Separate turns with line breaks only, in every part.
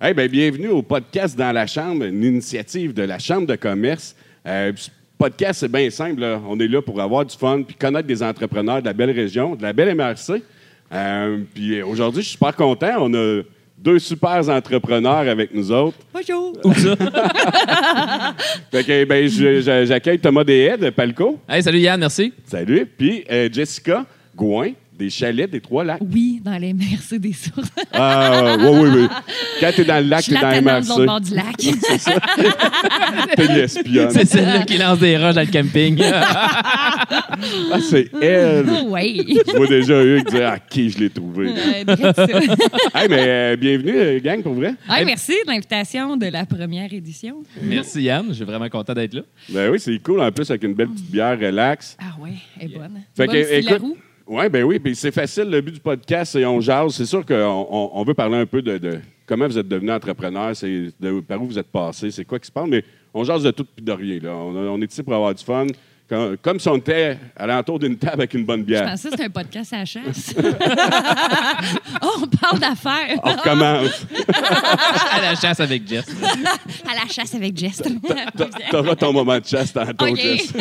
Hey, ben, bienvenue au podcast Dans la Chambre, une initiative de la Chambre de commerce. Euh, ce podcast, c'est bien simple. là. On est là pour avoir du fun puis connaître des entrepreneurs de la belle région, de la belle MRC. Euh, puis aujourd'hui, je suis super content. On a deux super entrepreneurs avec nous autres.
Bonjour.
Fait que, ben, je- je- j'accueille Thomas Dehaye de Palco.
Hey, salut Yann, merci.
Salut. Puis euh, Jessica Gouin des Chalets des Trois-Lacs.
Oui, dans les merci des sources.
Ah, oui, oui, oui. Quand t'es dans le lac,
Je
t'es Ah, dans la
l'attends dans l'autre
MRC.
bord du lac.
T'es une espionne.
C'est celle-là qui lance des roches dans le camping.
Ah, c'est elle.
oui.
Je vois déjà eux qui disent Ah, qui je l'ai trouvé.
Euh, direct ça.
hey, mais euh, bienvenue, euh, gang, pour vrai.
Ah, merci de l'invitation de la première édition.
merci Yann, je suis vraiment content d'être là.
Ben oui, c'est cool, en plus, avec une belle petite bière relax.
Ah ouais, elle est bonne.
Fait
bonne
que,
style
écoute-
Laroux.
Oui, ben oui, puis c'est facile. Le but du podcast, c'est on jase. C'est sûr qu'on on, on veut parler un peu de, de comment vous êtes devenu entrepreneur, c'est de, par où vous êtes passé, c'est quoi qui se passe, mais on jase de tout puis de rien. Là. On, on est ici pour avoir du fun, comme, comme si on était à l'entour d'une table avec une bonne
Je
bière.
pensais que c'était un podcast à la chasse. Oh, on parle d'affaires.
On recommence.
À la chasse avec Jess.
À la chasse avec Jess.
T'auras ton moment de chasse tantôt,
OK.
Jess.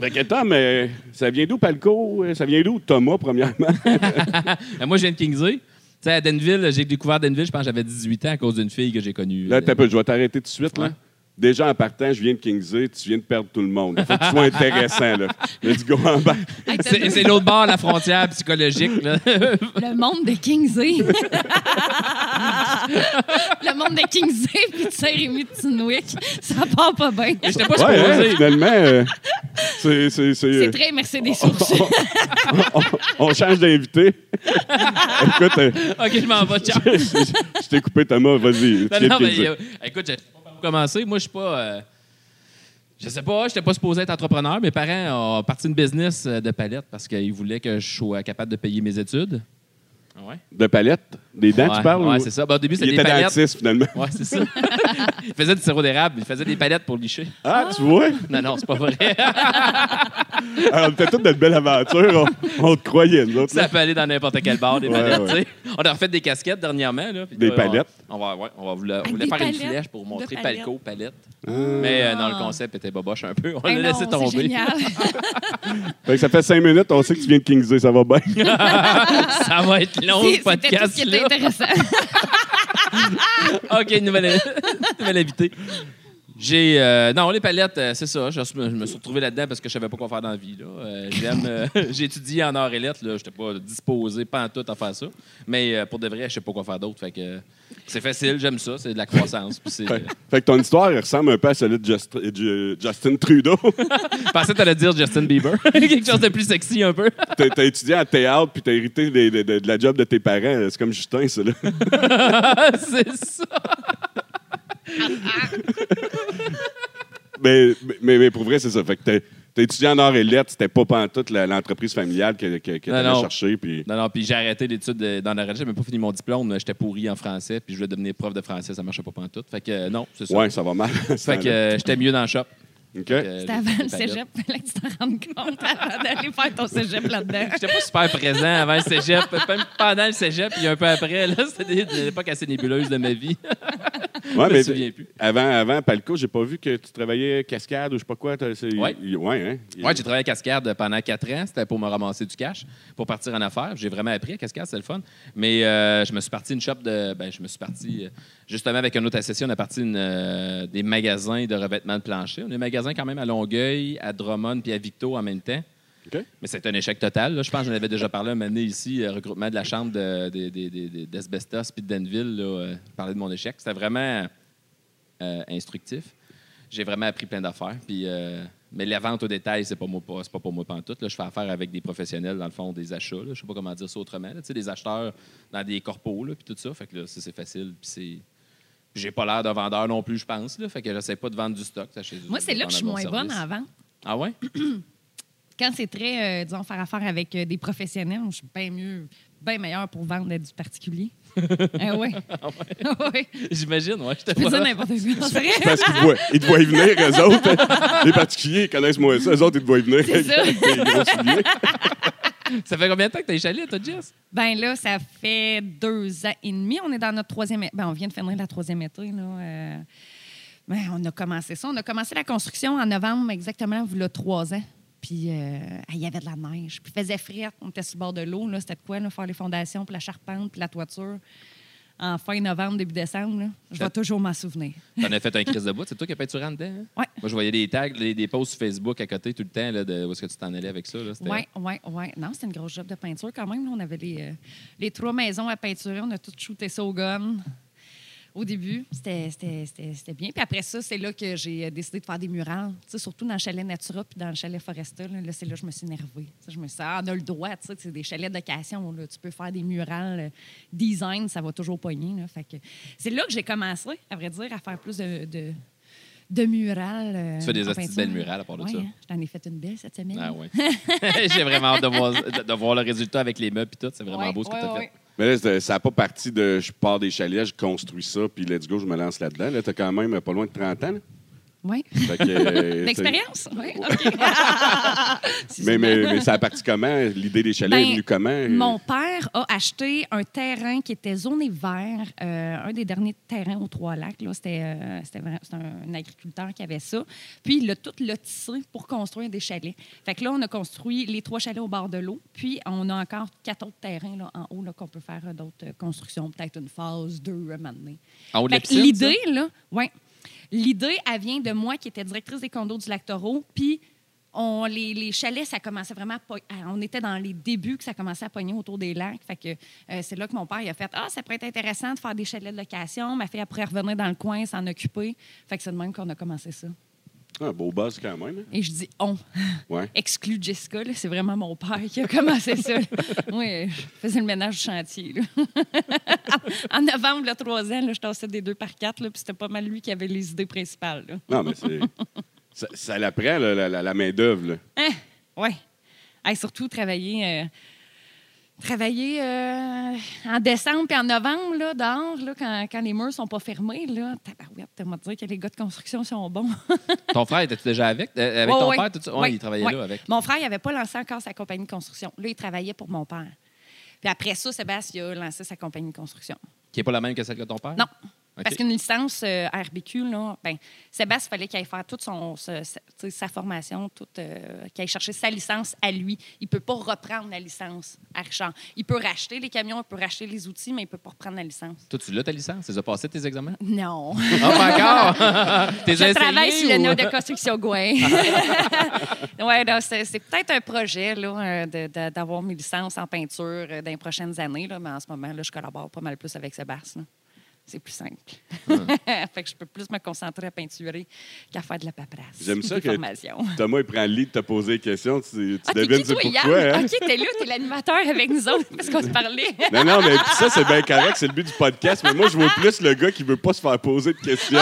Fait que Tom, euh, ça vient d'où, Palco? Euh, Ça vient d'où, Thomas, premièrement?
Euh, Moi, je viens de Kingsley. Tu sais, à Denville, j'ai découvert Denville, je pense que j'avais 18 ans à cause d'une fille que j'ai connue. Euh,
Là, t'as peu, je vais t'arrêter tout de suite. Là.
Ouais.
Déjà, en partant, je viens de Kingsley, tu viens de perdre tout le monde. Il faut que tu sois intéressant. Là. Let's go en bas.
Hey, t'as
C'est
deux-
c'est l'autre bord, la frontière psychologique. là.
Le monde de Kingsley. le monde de Kingsley puis de Saint-Rémy de Tinwick. Ça part pas bien.
Mais J'étais pas
Ouais, hein,
supposé.
finalement, euh, c'est- c'est-
C'est
c'est-
très Mercedes sources.
on change d'invité. Écoute, euh,
ok, je m'en vais, ciao.
je, je- je t'ai coupé, Thomas, vas-y. tu
Non,
viens de
non, mais,
Kingsley.
euh, écoute, je sais pas par où commencer. Moi, je suis pas. euh, je sais pas, j'étais pas supposé être entrepreneur. Mes parents ont parti une business euh, de palette parce qu'ils voulaient que je sois capable de payer mes études. Ouais.
De palette? Des dents,
ouais,
tu parles?
ouais,
ou-
c'est ça. Ben, au début,
Il
c'était des
était
palettes.
dentiste, finalement.
Ouais, c'est ça. il faisait du sirop d'érable, il faisait des palettes pour licher.
Ah, tu vois?
Non, non, c'est pas vrai.
Alors, on était tous dans de belles aventures. On, on te croyait, nous autres. là.
Ça peut aller dans n'importe quel bar, des
Ouais,
palettes,
ouais.
tu sais. On a refait des casquettes dernièrement. Là, puis
Des
là, on-
palettes?
On, va, ouais, on va vouloir- on
Ah,
voulait
des
faire une
palettes
flèche pour
de
montrer
palettes.
Palco, palette.
Ah.
Mais euh, non, le concept était boboche un peu. On l'a
Eh non,
laissé
C'est
tomber.
génial.
Fait que ça fait cinq minutes, on sait que tu viens de Kingsley, ça va bien.
Ça va être long,
C'est-
ce
C'était tout ce qui était
podcast-là.
intéressant.
OK, nouvelle, nouvelle invitée. J'ai. euh, non, les palettes, euh, c'est ça. Je, je me suis retrouvé là-dedans parce que je savais pas quoi faire dans la vie. là. Euh, j'aime, euh, j'ai étudié en arts et lettres. Je n'étais pas disposé, pas en tout, à faire ça. Mais euh, pour de vrai, je sais pas quoi faire d'autre. Fait que euh, c'est facile, j'aime ça. C'est de la croissance. Puis c'est, euh,
Fait, fait que ton histoire elle ressemble un peu à celle de Just- Ju- Justin Trudeau.
Je pensais que t'allais dire Justin Bieber. Quelque chose de plus sexy un peu.
T'as t'as étudié en théâtre puis t'as hérité des- des- de, de la job de tes parents. C'est comme Justin, ça. là.
c'est ça.
Mais, mais, mais pour vrai, c'est ça. Fait que t'as t'as étudié en arts et lettres. C'était pas pantoute la- l'entreprise familiale que, que, que
Non,
t'allais
non.
chercher. Puis...
Non, non, puis j'ai arrêté l'étude de- dans la religion. J'ai même pas fini mon diplôme. J'étais pourri en français. Puis je voulais devenir prof de français. Ça marchait pas pantoute. Fait que euh, non, c'est ça.
Ouais, ça va mal.
Fait que euh, j'étais mieux dans le shop.
OK.
Fait que, euh,
C'était avant
j'ai-
le cégep. Fallait que tu t'en rendes compte avant d'aller faire ton cégep là-dedans.
J'étais pas super présent avant le cégep. Même pendant le cégep, puis un peu après, là, c'était des- une époque assez nébuleuse de ma vie.
Ouais,
me
mais
souviens plus.
Avant, avant Palco, j'ai pas vu que tu travaillais cascade ou je sais pas quoi. t'as- c'est-
Ouais.
il- Ouais, hein? Il-
Ouais, j'ai travaillé à Cascade pendant quatre ans. C'était pour me ramasser du cash, pour partir en affaires. J'ai vraiment appris à Cascade, c'est le fun. Mais euh, je me suis parti une shop de. Ben, je me suis parti. euh, Justement, avec un autre associé, on a parti une, euh, des magasins de revêtements de plancher. On a des magasins quand même à Longueuil, à Drummond puis à Victo en même temps.
OK.
Mais c'est un échec total. là. Je pense que j'en avais déjà parlé un moment donné ici, euh, regroupement de la chambre de- de- de- de- de- d'Asbestos puis de Denville. là, euh, je parlais de mon échec. C'était vraiment euh, instructif. J'ai vraiment appris plein d'affaires. Puis, euh, mais la vente au détail, c'est pas, moi- pas- c'est pas pour moi pantoute. Là. Je fais affaire avec des professionnels, dans le fond, des achats. là. Je sais pas comment dire ça autrement. là. Tu sais, des acheteurs dans des corpos, là, puis tout ça. Fait que là, ça, c'est facile. Puis c'est... puis J'ai pas l'air d'un vendeur non plus, je pense. Là. Fait que j'essaie pas de vendre du stock. ça, chez-
Moi, c'est là que je suis
vendre un
moins
bon
bonne
service.
en vente.
Ah ouais?
Quand c'est très, euh, disons, faire affaire avec euh, des professionnels, je suis bien mieux, bien meilleure pour vendre à du particulier. Ah ouais. Ah ouais.
J'imagine, ouais. Je te
Je fais
vois.
ça n'importe quoi. en vrai.
Parce qu'ils te voient, ils te voient y venir, eux hein. autres. Les particuliers, ils connaissent moins ça. Eux autres, ils te voient y venir.
C'est ça.
Des gros souliers.
Ça fait combien de temps que t'as échalé, toi, Jess?
Ben là, ça fait deux ans et demi. On est dans notre troisième. é- Ben, on vient de finir la troisième été. Là. Euh, ben, on a commencé ça. On a commencé la construction en novembre, exactement, il y a trois ans. Puis, euh, il y avait de la neige. Puis, il faisait fret. On était sur le bord de l'eau. là. C'était de quoi, là, faire les fondations, puis la charpente, puis la toiture. En fin novembre, début décembre, là. je vais
Fait-
toujours m'en souvenir.
T'en as fait un crise de bois. C'est toi qui as peinturé en dedans? hein?
Ouais.
Moi, je voyais des tags, les- des posts sur Facebook à côté tout le temps. Là, de, où est-ce que tu t'en allais avec ça? Là, C'était-
Oui, oui, oui. Non, c'était une grosse job de peinture quand même. là. on avait les, euh, les trois maisons à peinturer. On a tout shooté ça au gun. Au début, c'était- c'était c'était- c'était bien. Puis après ça, c'est là que j'ai euh, décidé de faire des murales. Tu sais, surtout dans le chalet Natura puis dans le chalet Foresta. Là, là, c'est là que je me suis énervée. Tu sais, je me suis dit, ah, on a le droit. tu sais, C'est des chalets d'occasion. là. Tu peux faire des murales euh, design, ça va toujours pogner. là. Fait que C'est là que j'ai commencé, à vrai dire, à faire plus de, de, de murales. euh,
Tu fais des
en
hosties de
peinture.
belles murales à part de
Ouais,
ça.
hein. J'en ai fait une belle cette semaine.
Ah ouais. J'ai vraiment hâte de voir, de- de voir le résultat avec les meubles et tout. C'est vraiment
Ouais,
beau ce que
ouais,
t'as
ouais.
fait.
Mais là, c'est- ça n'a pas parti de je pars des chalets, je construis ça, puis let's go, je me lance là-dedans. Là, tu as quand même euh, pas loin de 30 ans. là.
Oui.
Fait que, euh,
L'expérience? Oui.
c'est- Mais, mais, mais ça a parti comment? L'idée des chalets
Ben,
est venue
euh,
comment?
Mon père a acheté un terrain qui était zoné vert, euh, un des derniers terrains aux Trois-Lacs. là. C'était euh, c'était vra- c'était un agriculteur qui avait ça. Puis il l'a tout lotissé pour construire des chalets. Fait que là, on a construit les trois chalets au bord de l'eau. Puis on a encore quatre autres terrains là, en haut là, qu'on peut faire euh, d'autres euh, constructions, peut-être une phase, deux, à un moment donné.
En haut de la
Fait que
piscine,
L'idée, là, ouais. L'idée, elle vient de moi qui était directrice des condos du Lac Taureau. Puis on, les, les chalets, ça commençait vraiment à, po- à- On était dans les débuts que ça commençait à pogner autour des lacs. Fait que euh, c'est là que mon père il a fait Ah, ça pourrait être intéressant de faire des chalets de location. Ma fille, elle pourrait revenir dans le coin, s'en occuper. Fait que c'est de même qu'on a commencé ça.
Un Ah, beau buzz quand même. hein?
Et je dis on.
Ouais.
Exclu Jessica, là, c'est vraiment mon père qui a commencé ça. Oui, je faisais le ménage du chantier. là. en novembre, le 3 ans, là, je tassais des deux par quatre, là, puis c'était pas mal lui qui avait les idées principales. là.
Non, mais c'est. ça, ça la prend, là, la, la- la main-d'œuvre. là.
Hein? Oui. surtout travailler. euh, Travailler euh, en décembre puis en novembre, là, dehors, là, quand, quand les murs sont pas fermés, là, tabarouette, on va te dire que les gars de construction sont bons.
Ton frère, était tu déjà avec? Euh, Avec
Ouais,
ton
ouais.
père, tout ça? Ouais,
Ouais,
il travaillait
ouais.
là avec.
Mon frère, il n'avait pas lancé encore sa compagnie de construction. Là, il travaillait pour mon père. Puis après ça, Sébastien a lancé sa compagnie de construction.
Qui n'est pas la même que celle que ton père?
Non.
OK.
Parce qu'une licence euh, RBQ, là, ben, Sébastien, il fallait qu'il aille faire toute son, ce- ce- tu sais, sa formation, toute, euh, qu'il aille chercher sa licence à lui. Il ne peut pas reprendre la licence à Richard. Il peut racheter les camions, il peut racheter les outils, mais il ne peut pas reprendre la licence.
Toi, tu l'as ta licence? Tu as passé tes examens?
Non.
Ah, pas encore! T'es
Je travaille sur le
ou-
nœud de construction Gouin. ouais, non, c'est c'est peut-être un projet là, euh, de- de- d'avoir mes licences en peinture euh, dans les prochaines années, là, mais en ce moment, là, je collabore pas mal plus avec Sébastien. là. C'est plus simple.
Ah.
fait que je peux plus me concentrer à peinturer qu'à faire de la paperasse.
J'aime ça
des
que-
formations.
Thomas, il prend le lead de te poser des questions. Tu, tu
Ah, t'es qui,
devines c'est
toi, Yann?
pourquoi. hein?
OK, t'es là, t'es l'animateur avec nous autres, parce qu'on se parlait.
Non, non, mais pis ça, c'est bien correct, c'est le but du podcast. Mais moi, je vois plus le gars qui veut pas se faire poser de questions,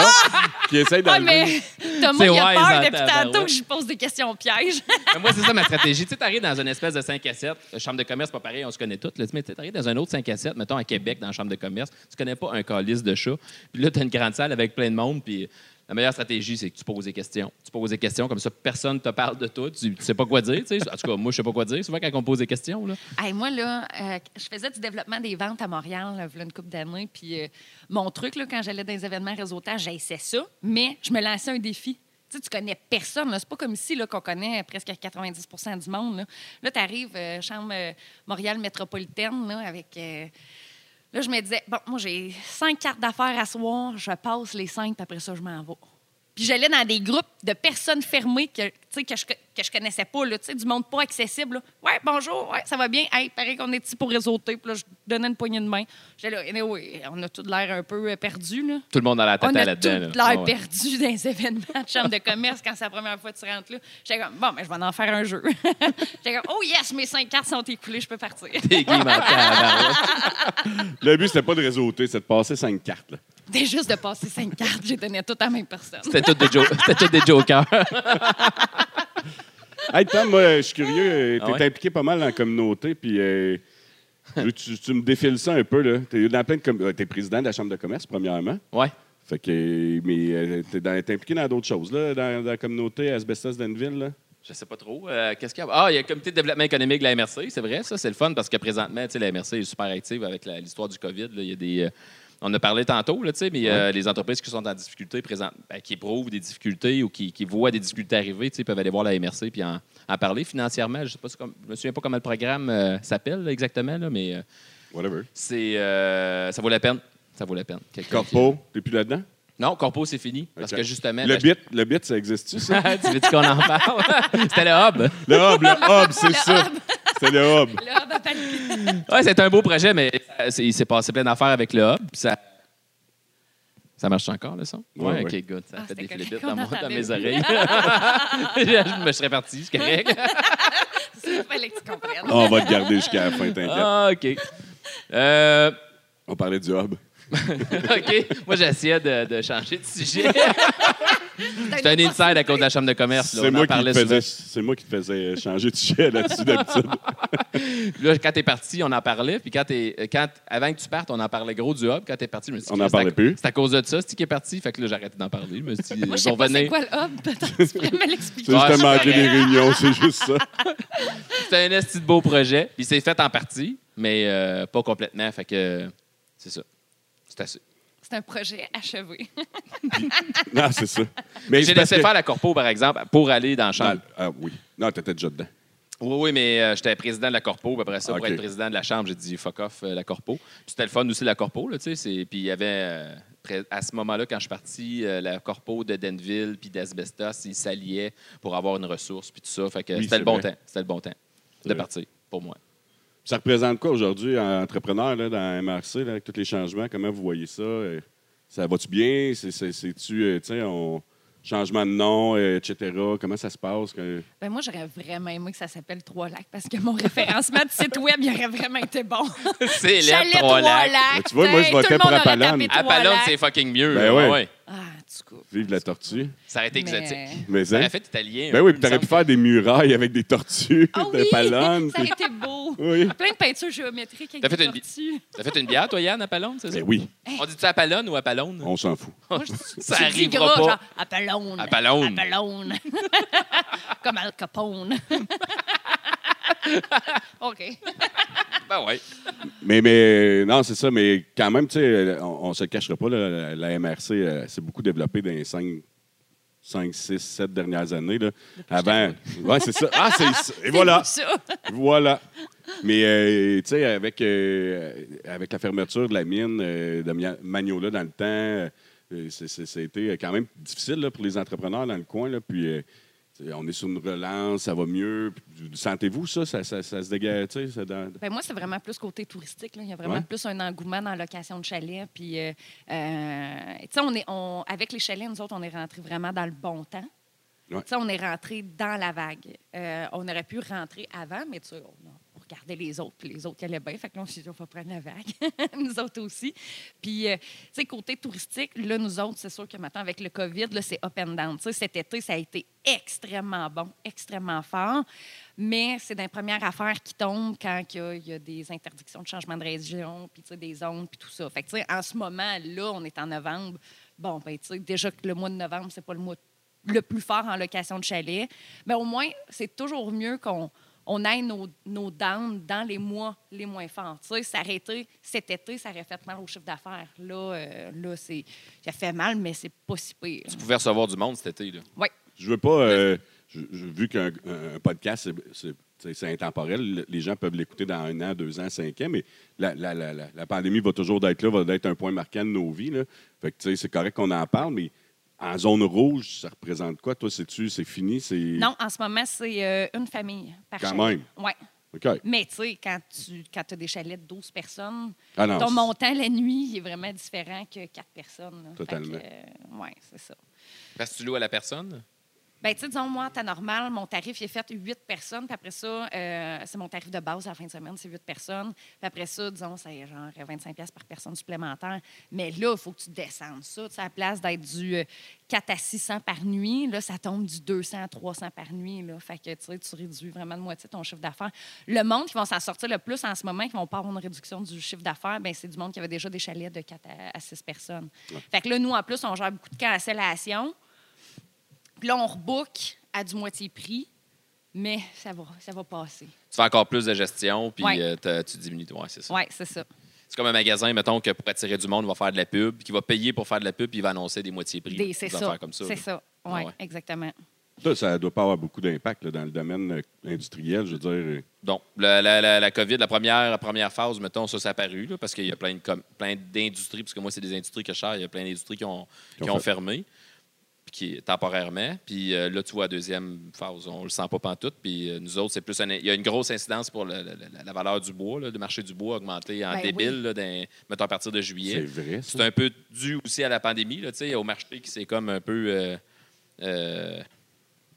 qui essaie
Ah,
d'enlever.
mais Thomas,
C'est
il a
wise, hein,
peur depuis
tabarouette.
tantôt que je lui pose des questions pièges.
Mais Moi, c'est ça ma stratégie. Tu sais, t'arrives dans une espèce de 5 à 7. euh, Chambre de commerce, pas pareil, on se connaît toutes. là. Mais tu sais, t'arrives dans un autre 5 à 7, mettons à Québec, dans la chambre de commerce. Tu connais pas un calice de chat. Puis là, t'as une grande salle avec plein de monde. Puis la meilleure stratégie, c'est que tu poses des questions. Tu poses des questions, comme ça, personne te parle de toi. Tu, tu sais pas quoi dire. tu sais. En tout cas, moi, je sais pas quoi dire. Souvent, quand on me pose des questions, là.
Hey, moi, là, euh, je faisais du développement des ventes à Montréal, là, v'là une couple d'années. Puis euh, mon truc, là, quand j'allais dans les événements réseautage, j'essayais ça, mais je me lançais un défi. Tu sais, tu connais personne. là. C'est pas comme ici là, qu'on connaît presque 90 du monde. Là, tu arrives, chambre euh, Montréal métropolitaine, là, avec... euh, là, je me disais, bon, moi, j'ai cinq cartes d'affaires à soir. Je passe les cinq, puis après ça, je m'en vais. Puis j'allais dans des groupes de personnes fermées que, tu sais, que, je, que je connaissais pas, là, tu sais, du monde pas accessible. là. Ouais, bonjour, ouais, ça va bien. Hey, paraît qu'on est ici pour réseauter. Puis là, je donnais une poignée de main. J'étais là, anyway, on a tout l'air un peu euh, perdu, là.
Tout le monde dans la tête
On a tout
là-dedans.
l'air
là. Ah ouais.
perdu dans les événements de chambre de commerce quand c'est la première fois que tu rentres là. J'étais comme, bon, mais je vais en faire un jeu. J'étais comme, oh yes, mes cinq cartes sont écoulées, je peux partir.
T'es gay mental, là.
Le but, c'était pas de réseauter, c'est de passer cinq cartes. là.
C'était juste de passer cinq cartes, j'ai donné tout à la même personne.
C'était tous des, jo- c'était tous des jokers.
Hey, Tom, moi, je suis curieux. euh,
Ah
T'es
ouais?
impliqué pas mal dans la communauté, puis euh, tu, tu me défiles ça un peu. là. T'es dans plein de com- euh, T'es président de la Chambre de commerce, premièrement.
Ouais.
Fait que, mais euh, t'es dans- t'es impliqué dans d'autres choses, là, dans, dans la communauté Asbestos Danville. là.
Je sais pas trop. Euh, Qu'est-ce qu'il y a? Ah, il y a le comité de développement économique de la MRC, c'est vrai. Ça, c'est le fun parce que présentement, tu sais, la MRC est super active avec la- l'histoire du COVID. là. Il y a des, euh, on en a parlé tantôt, là, tu sais, mais euh, les entreprises qui sont en difficulté, présent, ben, qui éprouvent des difficultés ou qui, qui voient des difficultés arriver, tu sais, peuvent aller voir la MRC puis en, en parler financièrement. Je ne me souviens pas comment le programme euh, s'appelle là, exactement, là, mais euh,
Whatever.
c'est, euh, ça vaut la peine. Ça vaut la peine. Quelqu'un qui-
Corpo, t'es plus là-dedans?
Non, Corpo, c'est fini. Parce
Ok.
que justement. ben,
Le
la-
bit, le bit, ça existe-tu, ça?
tu veux qu'on en parle? C'était le hub.
Le hub, le hub, c'est ça. C'est le hub.
Là, ben, panique.
Ouais, c'est un beau projet, mais ça- c'est- il s'est passé plein d'affaires avec le hub. puis Ça, ça marche encore, le son?
Ouais,
Ouais,
ouais.
OK, good. Ça
Ah,
fait des
c'était
flébites
correct,
dans,
on
mon- dans
entendait
mes
le-
oreilles. je me serais parti, c'est correct.
Il fallait que tu comprennes.
Oh, On va te garder jusqu'à la fin, t'inquiète.
ah, OK. Euh,
On parlait du hub.
OK. Moi, j'essayais de, de changer de sujet. C'est un
une
inside à cause de la Chambre de commerce. là.
C'est
On
moi,
en
qui te
parlait souvent.
faisais- c'est moi qui te faisais euh, changer de sujet là-dessus d'habitude.
Puis Là, quand t'es parti, on en parlait. Puis quand t'es, euh, quand, avant que tu partes, on en parlait gros du hub. Quand t'es parti, je me suis dit,
On en
c'est à-
parlait plus.
C'est à cause de ça, c'est qui est parti. Fait que là, j'ai arrêté d'en parler. Je me suis dit,
Moi,
ils
je
vont
sais pas c'est
venir.
quoi le hub. Peut-être que tu pourrais me
C'est
l'expliquer.
juste
Ouais,
à
c'est
manquer
correct.
des réunions, c'est juste ça.
C'est un esti de beau projet. Puis c'est fait en partie, mais euh, pas complètement. Fait que euh, c'est ça. C'est assez.
C'est un projet achevé.
Non, c'est ça. Mais
J'ai
c'est parce
laissé
que-
faire la corpo, par exemple, pour aller dans la chambre.
Ah, ah oui. Non, t'étais déjà dedans.
Oui, oui, mais euh, j'étais président de la corpo. puis après ça,
Ok.
pour être président de la chambre, j'ai dit fuck off euh, la corpo. Puis c'était le fun aussi, la corpo. Là, tu sais, c'est- puis il y avait, euh, près- à ce moment-là, quand je suis parti, euh, la corpo de Denville puis d'Asbestos, ils s'alliaient pour avoir une ressource puis tout ça. Fait que
Oui,
c'était
c'est
le bon
vrai.
temps. C'était le bon temps de
vrai.
partir, pour moi.
Ça représente quoi aujourd'hui, en entrepreneur, là, dans MRC, là, avec tous les changements? Comment vous voyez ça? Euh, Ça va-tu bien? C'est- c'est- C'est-tu, euh, tu sais, on... changement de nom, euh, etc.? Comment ça se passe? Que...
Ben moi, j'aurais vraiment aimé que ça s'appelle Trois Lacs parce que mon référencement de site web, il aurait vraiment été bon.
c'est
Chalet
les trois lacs.
Mais tu vois, moi, je
Hey, tout
votais
le
pour
monde aurait
Apalonne.
tapé Trois
Apollon,
Lacs.
c'est fucking mieux.
Ben
là,
ouais.
Ah, du coup.
Vive la tortue.
Ça aurait été
Mais-
exotique.
Mais,
Ça
hein?
aurait fait italien.
Ben
un
oui,
peu,
puis t'aurais
il me
pu
semble.
faire des murailles avec des tortues,
Ah
des
oui!
palones.
Ça aurait été beau.
Oui.
Plein de peintures géométriques
T'as
avec
fait
des
une bi-
tortues.
T'as fait une bière, toi, Yann, Apollon, c'est ça?
Ben oui,
On dit-tu Apollon ou Apollon?
on s'en fout.
Moi, je suis-
Ça
je dis
arrivera
gros,
pas.
genre, Apollone.
Apollone.
Apollone. Comme Al Capone. OK.
Ben ouais.
Mais, mais non, c'est ça, mais quand même, tu sais, on, on se le cachera pas, là, la, la MRC euh, s'est beaucoup développée dans les 5, 6, 7 dernières années. Là. Avant. Ouais, c'est ça. Ah, c'est. Et voilà.
C'est ça.
Voilà. Mais, euh, tu sais, avec, euh, avec la fermeture de la mine euh, de Mia- Magnolia dans le temps, euh, c'est- c'est- c'était euh, quand même difficile là, pour les entrepreneurs dans le coin. Là, puis, euh, tu sais, on est sur une relance, ça va mieux. Puis, Sentez-vous ça? Ça, ça, ça se dégage, tu sais? ça dans-
Ben moi, c'est vraiment plus côté touristique. là. Il y a vraiment
Ouais.
plus un engouement dans la location de chalets. Puis, euh, euh, tu sais, on est, on, avec les chalets, nous autres, on est rentrés vraiment dans le bon temps.
Ouais.
Tu sais, on est rentrés dans la vague. Euh, on aurait pu rentrer avant, mais tu sais, on, on regardait les autres, puis les autres qui allaient bien. Fait que là, on s'est dit, on va prendre la vague, nous autres aussi. Puis, euh, tu sais, côté touristique, là, nous autres, c'est sûr que maintenant, avec le COVID, là, c'est up and down. Tu sais, cet été, ça a été extrêmement bon, extrêmement fort. Mais c'est dans première affaire qui tombe quand il y a- il y, a des interdictions de changement de région, puis tu sais, des zones, puis tout ça. Fait que, tu sais, en ce moment, là, on est en novembre. Bon, ben, tu sais, déjà que le mois de novembre, c'est pas le mois le plus fort en location de chalet. Mais au moins, c'est toujours mieux qu'on on aille nos, nos downs dans les mois les moins forts. Tu sais, s'arrêter cet été, ça aurait fait mal au chiffre d'affaires. Là, euh, là c'est, ça fait mal, mais c'est pas si pire.
Tu pouvais recevoir du monde cet été, là.
Oui,
Je veux pas. euh, je- je- vu qu'un un podcast, c'est- c'est. tu sais, C'est intemporel. Le- Les gens peuvent l'écouter dans un an, deux ans, cinq ans, mais la, la- la- la- la pandémie va toujours d'être là, va être un point marquant de nos vies. là. Fait que, tu sais, c'est correct qu'on en parle, mais en zone rouge, ça représente quoi? Toi, sais-tu, c'est fini? c'est-
non, en ce moment, c'est euh, une famille par
Quand
chalet.
même.
Oui.
OK.
Mais tu sais, quand tu quand as des chalets de 12 personnes,
Ah non,
ton
c'est-
montant la nuit il est vraiment différent que 4 personnes. là. Fait que,
Totalement.
euh, ouais, c'est ça.
Parce que tu loues à la personne?
Ben, tu sais, disons, moi, en temps normal, mon tarif il est fait 8 personnes. Puis après ça, euh, c'est mon tarif de base à la fin de semaine, c'est 8 personnes. Puis après ça, disons, c'est genre 25 pièces par personne supplémentaire. Mais là, il faut que tu descendes ça. Tu sais, à la place d'être du euh, 4 à 600 par nuit, là, ça tombe du 200 à 300 par nuit. Là. Fait que, tu sais, tu réduis vraiment de moitié ton chiffre d'affaires. Le monde qui vont s'en sortir le plus en ce moment, qui vont pas avoir une réduction du chiffre d'affaires, ben c'est du monde qui avait déjà des chalets de 4 à, 6 personnes. Fait que là, nous, en plus, on gère beaucoup de cancellations. Puis là, on rebook à du moitié prix. Mais ça va, ça va passer.
Tu fais encore plus de gestion, puis
Ouais.
euh, t'as- tu diminues. Ouais, c'est ça.
Oui, c'est ça.
C'est comme un magasin, mettons, que pour attirer du monde, il va faire de la pub, qui va payer pour faire de la pub, puis il va annoncer des moitiés prix.
Des- C'est
des
ça.
affaires comme ça.
C'est
là.
ça.
Ah
Oui,
ouais.
exactement.
Ça, ça doit pas avoir beaucoup d'impact là, dans le domaine euh, industriel, je veux dire. euh,
Donc, la, la- la- la COVID, la première, la première phase, mettons, ça, ça a paru, là, parce qu'il y a plein, de com- plein d'industries, parce que moi, c'est des industries que je cherche, il y a plein d'industries qui ont,
Qui ont
qui ont
fait.
fermé, puis qui, temporairement. Puis euh, là, tu vois, la deuxième phase, on le sent pas pantoute. Puis euh, nous autres, c'est plus un- il y a une grosse incidence pour la, la- la- la valeur du bois, là. le marché du bois a augmenté en
Ben oui.
débile, là, dans- mettons, à partir de juillet.
C'est vrai, ça.
C'est un peu dû aussi à la pandémie, là, tu sais, au marché qui s'est comme un peu euh, euh,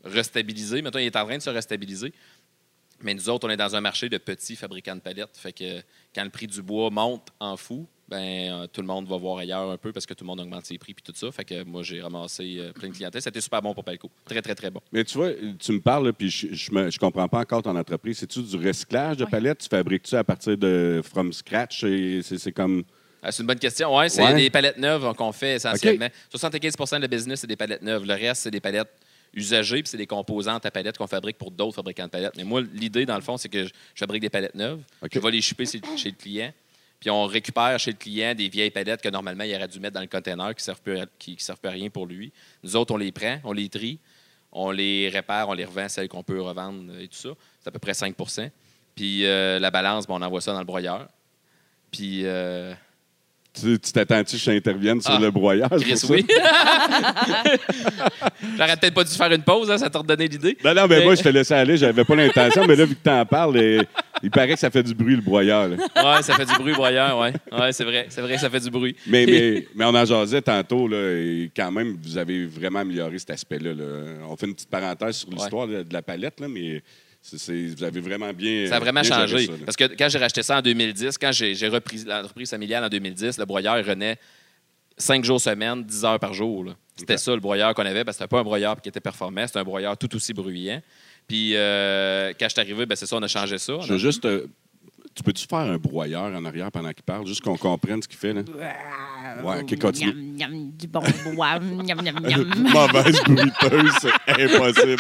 restabilisé. Maintenant, il est en train de se restabiliser. Mais nous autres, on est dans un marché de petits fabricants de palettes. Fait que quand le prix du bois monte en fou, ben euh, tout le monde va voir ailleurs un peu parce que tout le monde augmente ses prix puis tout ça. Fait que moi, j'ai ramassé euh, plein de clientèle. C'était super bon pour Palco. Très, très, très bon.
Mais tu vois, tu me parles, là, puis je, je, me- je comprends pas encore ton entreprise. C'est-tu du recyclage de
Oui.
palettes? Tu fabriques-tu à partir de from scratch? Et c'est, c'est comme.
Ah, c'est une bonne question. Ouais, c'est
Ouais.
des palettes neuves euh, qu'on fait essentiellement. 75 de business, c'est des palettes neuves. Le reste, c'est des palettes usagées, puis c'est des composantes à palettes qu'on fabrique pour d'autres fabricants de palettes. Mais moi, l'idée, dans le fond, c'est que je, je fabrique des palettes neuves.
OK.
Je vais les choper chez, chez le client. Puis on récupère chez le client des vieilles palettes que normalement, il aurait dû mettre dans le container qui ne servent, plus à- qui, qui servent plus à rien pour lui. Nous autres, on les prend, on les trie, on les répare, on les revend, celles qu'on peut revendre euh, et tout ça. C'est à peu près 5 Puis euh, la balance, ben, on envoie ça dans le broyeur. Puis euh,
Tu, tu t'attends-tu que je t'intervienne sur
Ah,
le broyage? pour
Chris,
ça?
oui. J'aurais peut-être pas dû faire une pause, hein, ça t'a redonné l'idée.
Non, non, mais
Mais-
moi, je te laissais aller. J'avais pas l'intention, mais là, vu que t'en parles, euh, il paraît que ça fait du bruit, le broyeur. là.
Ouais, ça fait du bruit, broyeur, ouais. Ouais, c'est vrai, c'est vrai, ça fait du bruit.
Mais, mais, mais on en jasait tantôt, là, et quand même, vous avez vraiment amélioré cet aspect-là. là. On fait une petite parenthèse sur l'histoire de, de la palette, là, mais c'est, c'est- vous avez vraiment bien.
Ça a vraiment
bien géré
changé.
euh, ça, là.
Parce que quand j'ai racheté ça en 2010, quand j'ai j'ai repris l'entreprise familiale en 2010, le broyeur il renaît 5 jours semaine, 10 heures par jour. là. C'était
Ok.
ça le broyeur qu'on avait, parce que c'était pas un broyeur qui était performant, c'était un broyeur tout aussi bruyant. Puis euh, quand je suis arrivé, ben, c'est ça, on a changé ça. On a-
Je veux juste. euh, tu peux-tu faire un broyeur en arrière pendant qu'il parle, juste qu'on comprenne ce qu'il fait, là? Ouais, ok, continue.
Miam, miam, du bon bois. miam, miam, miam.
Mauvaise bruiteuse, c'est impossible.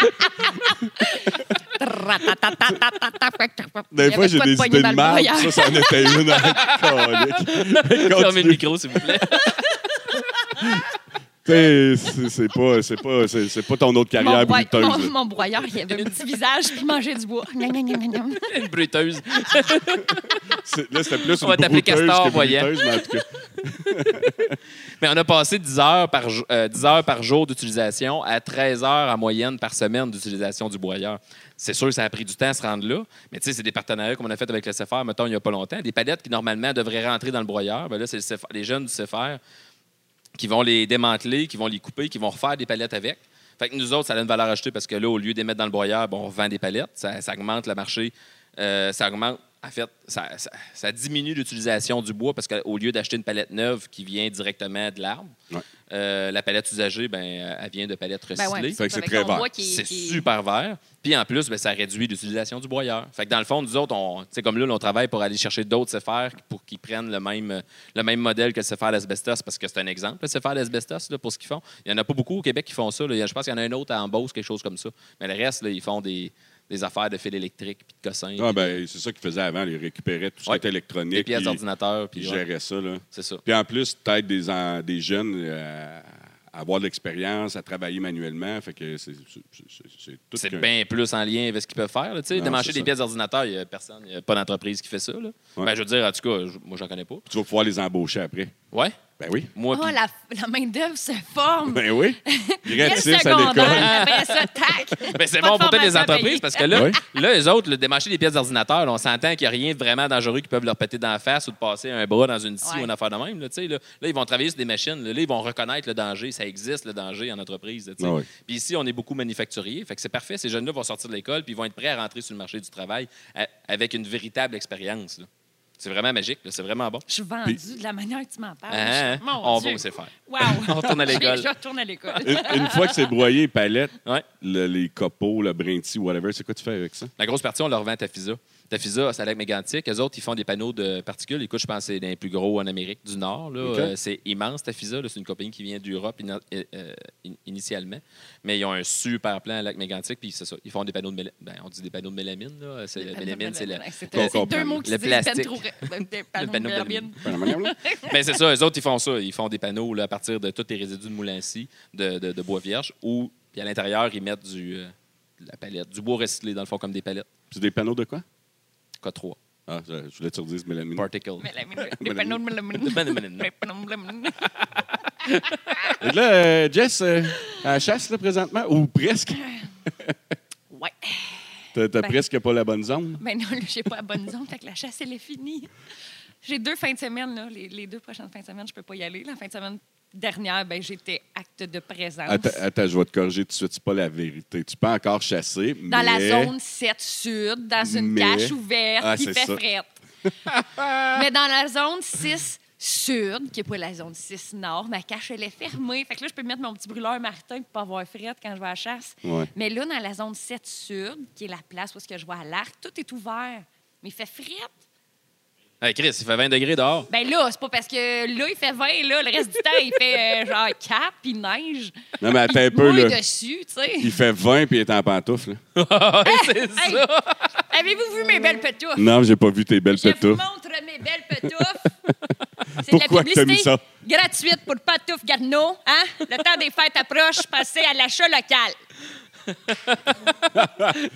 Des
Des
fois, j'ai des idées de mal. Ça, ça en était une. hein. alcoolique.
Fermez le
Continue.
micro, s'il vous plaît.
T'sais, C'est c'est pas, c'est pas, c'est- c'est pas ton autre
Mon,
carrière
broi-
bruiteuse.
mon-
là.
mon broyeur, il avait un petit visage puis il mangeait du bois. Miam, miam, miam, miam.
Une bruiteuse.
C'est- Là, c'était plus
On
une
va t'appeler
bruiteuse
Castor,
que
voyant.
bruiteuse, mais en tout cas.
Mais on a passé 10 heures par, jo- euh, 10 heures par jour d'utilisation à 13 heures en moyenne par semaine d'utilisation du broyeur. C'est sûr que ça a pris du temps à se rendre là, mais tu sais, c'est des partenariats qu'on a fait avec le CFR, mettons, il n'y a pas longtemps. Des palettes qui, normalement, devraient rentrer dans le broyeur. Ben là, c'est le CFR les jeunes du CFR qui vont les démanteler, qui vont les couper, qui vont refaire des palettes avec. Fait que nous autres, ça a une valeur ajoutée parce que là, au lieu de les mettre dans le broyeur, ben, on vend des palettes. Ça, ça augmente le marché. Euh, ça augmente. En fait, ça, ça- ça diminue l'utilisation du bois parce qu'au lieu d'acheter une palette neuve qui vient directement de l'arbre,
Ouais.
euh, la palette usagée, ben, elle vient de palettes
Ben ouais,
recyclées.
Fait que c'est
avec
très
ton bois
vert.
qui-
C'est
qui-
super vert. Puis en plus, ben, ça réduit l'utilisation du broyeur. Fait que dans le fond, nous autres, on, tu sais, comme là, là, on travaille pour aller chercher d'autres CFR pour qu'ils prennent le même, le même modèle que le CFR d'asbestos, parce que c'est un exemple, le CFR d'asbestos, là, pour ce qu'ils font. Il n'y en a pas beaucoup au Québec qui font ça. là. Je pense qu'il y en a un autre à Embauche, quelque chose comme ça. Mais le reste, là, ils font des, des affaires de fil électrique, puis de cossins,
Ah, ben, c'est ça qu'ils faisaient avant. Ils récupéraient tout ce qui
Ouais.
était électronique.
des pièces
puis
d'ordinateur,
Ils
puis ouais,
géraient ça, là.
c'est ça.
Puis en plus, peut-être des, en- des jeunes euh, à avoir de l'expérience, à travailler manuellement. Fait que c'est c'est- c'est- c'est tout
C'est
qu'un-
bien plus en lien avec ce qu'ils peuvent faire. là, tu sais.
Non,
Démarcher
c'est
des
ça.
pièces d'ordinateur, il n'y a personne, il n'y a pas d'entreprise qui fait ça. là.
Ouais.
Ben, je veux dire, en tout cas, je- moi, j'en connais pas.
Tu vas pouvoir les embaucher après.
Ouais,
Ben oui.
moi,
Oh,
puis-
la, la main-d'œuvre se forme.
Ben oui.
Quel
Gratis à
secondaire,
l'école.
j'avais ça, tac.
Mais c'est
Pas
bon
de
pour toutes les
formation à payer.
entreprises parce que là,
Oui.
là les autres, le démarcher des pièces d'ordinateur, là, on s'entend qu'il n'y a rien de vraiment dangereux qui peuvent leur péter dans la face ou de passer un bras dans une scie
Ouais.
ou une affaire de même. Là, tu sais, là, Là, ils vont travailler sur des machines. Là, Là, ils vont reconnaître le danger. Ça existe, le danger en entreprise. là, tu sais.
Ah oui.
Puis ici, on est beaucoup manufacturier. Fait que c'est parfait. Ces jeunes-là vont sortir de l'école puis ils vont être prêts à rentrer sur le marché du travail à- avec une véritable expérience. là. C'est vraiment magique. là. C'est vraiment bon.
Je suis vendue de la manière que tu m'en parles.
Hein, hein?
Mon
on
Dieu.
va au CFR.
Wow.
On retourne à l'école.
Je retourne à l'école.
Une, une fois que c'est broyé, palette,
Ouais.
le- les copeaux, le brinti, whatever, c'est quoi tu fais avec ça?
La grosse partie, on leur vend à Tafisa. Tafisa, c'est à lac mégantic. Eux autres, ils font des panneaux de particules. Écoute, je pense que c'est l'un des plus gros en Amérique du Nord. là.
OK.
Euh, c'est immense, Tafisa. là. C'est une compagnie qui vient d'Europe ina- euh, euh, in- initialement. Mais ils ont un super plan à lac mégantic. Puis c'est ça. Ils font des panneaux de mélamine. on dit des panneaux de mélamine. Là. C'est-
Des
la
panneaux
mélamine,
de
c'est le.
mélamine. C'est
qu'on
c'est deux
comprenne.
mots qui
Le
se disent
plastique.
panneau- des panneaux de
panneau de
mélamine.
Mais c'est ça, eux autres, ils font ça. Ils font des panneaux là, à partir de tous les résidus de moulincy, de, de- de bois vierge, ou puis à l'intérieur, ils mettent du, euh, de la palette, du bois recyclé, dans le fond, comme des palettes.
C'est des panneaux de quoi?
K3,
Ah, je, je voulais te redire mélamine.
particle.
Mélamine. Des panneaux de mélamine.
Des panneaux de mélamine.
Des panneaux de mélamine.
Et là, euh, Jess, euh, à la chasse, là, présentement, ou presque.
Ouais.
T'as t'as
Ben.
presque pas la bonne zone.
Ben non, là, j'ai pas la bonne zone, fait que la chasse, elle est finie. J'ai deux fins de semaine, là. Les, les deux prochaines fins de semaine, je peux pas y aller. La fin de semaine dernière, ben, j'étais acte de présence.
Attends, attends, je vais te corriger tout de suite, c'est pas la vérité. Tu peux encore chasser,
dans
mais-
la zone 7 sud, dans une
Mais-
cache ouverte
Ah,
qui
c'est
fait
ça.
frette. mais dans la zone 6 sud, qui n'est pas la zone 6 nord, ma cache, elle est fermée. Fait que là, je peux mettre mon petit brûleur Martin pour pas avoir frette quand je vais à la chasse.
Ouais.
Mais là, dans la zone 7 sud, qui est la place où est-ce que je vois à l'arc, tout est ouvert. Mais il fait frette.
Hey, Chris, il fait 20 degrés dehors.
Ben là, c'est pas parce que là, il fait 20, là, le reste du temps, il fait euh, genre 4, puis il neige.
Non, mais attends un
il
peu,
mouille
là.
dessus, tu sais.
Il fait 20 puis il est en pantoufle. là.
c'est
Hey,
ça.
Avez-vous vu mes belles petoufles?
Non, j'ai pas vu tes belles
Je vous
pétoufles.
montre mes belles petoufles. C'est
Pourquoi que t'as mis ça?
gratuite pour Patouf Garneau. Hein? Le temps des fêtes approche, passez à l'achat local.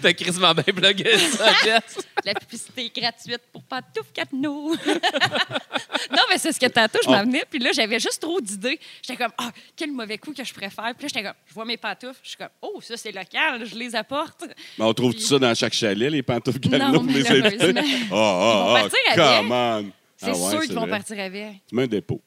T'as Chris m'a bien plugué ça, Jess.
La publicité est gratuite pour Patouf Garneau. non, mais c'est ce que tantôt,
Ah.
je m'en venais. Puis là, j'avais juste trop d'idées. J'étais comme, ah, quel mauvais coup que je préfère. Puis là, j'étais comme, je vois mes pantoufles. Je suis comme, oh, ça, c'est local. Je les apporte.
Mais on trouve tout
Puis-
ça dans chaque chalet, les pantoufles gallo,
Non,
les invités.
malheureusement.
Oh, oh,
Ils vont
oh,
partir avec.
come on.
C'est
Ah ouais,
sûr qu'ils vont
vrai.
partir avec.
Tu mets un dépôt.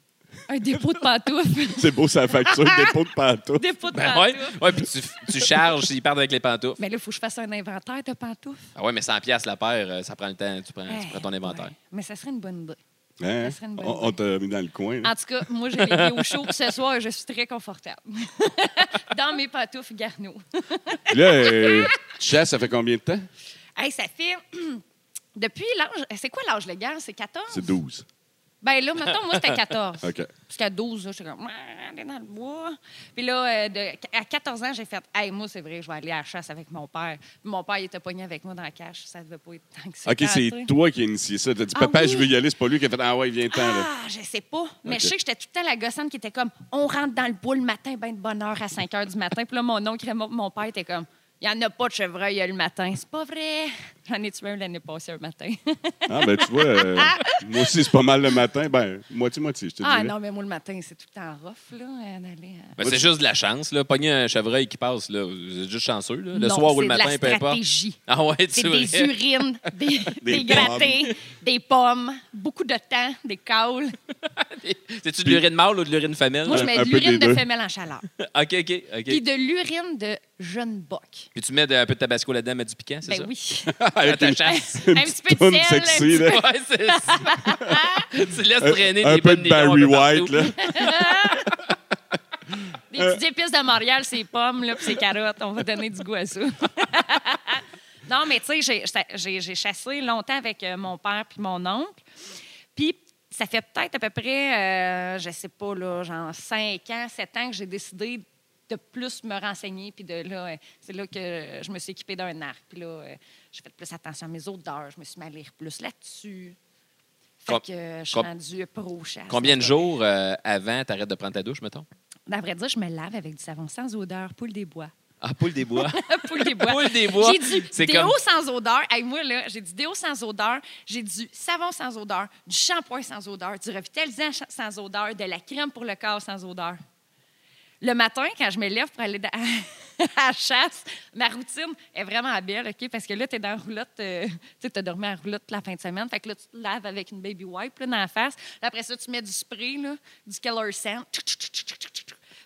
Un dépôt de pantoufles.
C'est beau, ça facture, dépôt de pantoufles.
dépôt de
Ben
pantoufles.
ouais. Ouais, puis tu, tu charges s'ils partent avec les pantoufles.
Mais là, il faut que je fasse un inventaire de pantoufles.
Ah ouais, mais 100 piastres la paire, euh, ça prend le temps. Tu prends, tu
Eh,
prends ton inventaire.
ouais. Mais ça serait une bonne idée.
Hein?
Ça serait une bonne
On, on t'a mis dans le coin. là.
En tout cas, moi, j'ai les pieds au chaud. Ce soir, je suis très confortable. Dans mes pantoufles Garneau. Ah.
Puis Là, euh, tu chasses, ça fait combien de temps?
Hey, ça fait... Depuis l'âge... C'est quoi l'âge légal? C'est 14?
C'est 12.
Ben là, mettons, moi, c'était 14.
OK.
Jusqu'à 12, là, j'étais comme, Ah, aller dans le bois. Puis là, euh, de- à 14 ans, j'ai fait, hey, moi, c'est vrai, je vais aller à la chasse avec mon père. Puis mon père, il était pogné avec moi dans la cache. Ça devait pas être tant que ça.
OK, c'est
tu sais.
toi qui as initié ça. T'as dit,
Ah
papa,
oui?
je veux y aller. C'est pas lui qui a fait, ah ouais, viens-t'en. là.
Ah, je sais pas. Mais
Ok.
je sais que j'étais tout le temps la gossante qui était comme on rentre dans le bois le matin, ben de bonne heure à 5 h du matin. Puis là, mon oncle, Raymond, mon père était comme il n'y en a pas de chevreuil euh, le matin. C'est pas vrai. J'en ai tué un l'année passée un matin.
Ah, ben tu vois, euh, moi aussi, c'est pas mal le matin. Ben, moitié-moitié, je te
ah
dirais.
non, mais moi, le matin, c'est tout le temps rough, là, euh, d'aller. à-
Ben, c'est juste de la chance, là. Pogner un chevreuil qui passe, là. Vous êtes juste chanceux, là. Le
Non,
soir ou le
c'est de
matin,
la
peu importe.
stratégie.
Ah ouais,
C'est
tu
des urines, des, des
pommes.
grattés, des pommes, beaucoup de temps, des caules.
C'est-tu de l'urine mâle ou de l'urine femelle?
Moi, je
Un-
mets
un
de
peu des
l'urine de
deux.
femelle en chaleur.
OK, OK, OK.
Puis de l'urine de jeune boc.
Puis tu mets de- un peu de tabasco là-dedans, mais du piquant, c'est
Ben
ça?
oui.
À ta
un
chasse.
petit peu de
Toune
sel. un
sexy,
petit
là.
ouais, c'est ça. tu laisses traîner
Un
des
peu
bonnes
de
nylons un
Barry
peu partout.
White, là.
Des petites épices de Montréal, c'est pommes, là, puis c'est carottes. On va donner du goût à ça. non, mais tu sais, j'ai- j'ai- j'ai chassé longtemps avec euh, mon père puis mon oncle. Puis ça fait peut-être à peu près, euh, je sais pas, là, genre 5 ans, 7 ans que j'ai décidé de plus me renseigner. Puis de là, euh, c'est là que je me suis équipée d'un arc. Puis là, euh, j'ai fait plus attention à mes odeurs. Je me suis mis à lire plus là-dessus. Fait
Com-
que euh, je suis
com-
rendue pro chasse.
Combien de jours euh, avant t'arrêtes de prendre ta douche, mettons?
À vrai dire, je me lave avec du savon sans odeur, poule des bois.
Ah, poule des bois.
poule des bois.
Poule des bois.
J'ai du
C'est
déo
comme-
sans odeur. Hey, moi, là, j'ai du déo sans odeur, j'ai du savon sans odeur, du shampoing sans odeur, du revitalisant cha- sans odeur, de la crème pour le corps sans odeur. Le matin, quand je me lève pour aller da- à la chasse, ma routine est vraiment belle, OK? Parce que là, tu es dans la roulotte, euh, tu sais, t'as dormi en roulotte la fin de semaine. Fait que là, tu te laves avec une baby wipe là, dans la face. Puis après ça, tu mets du spray, là, du color scent.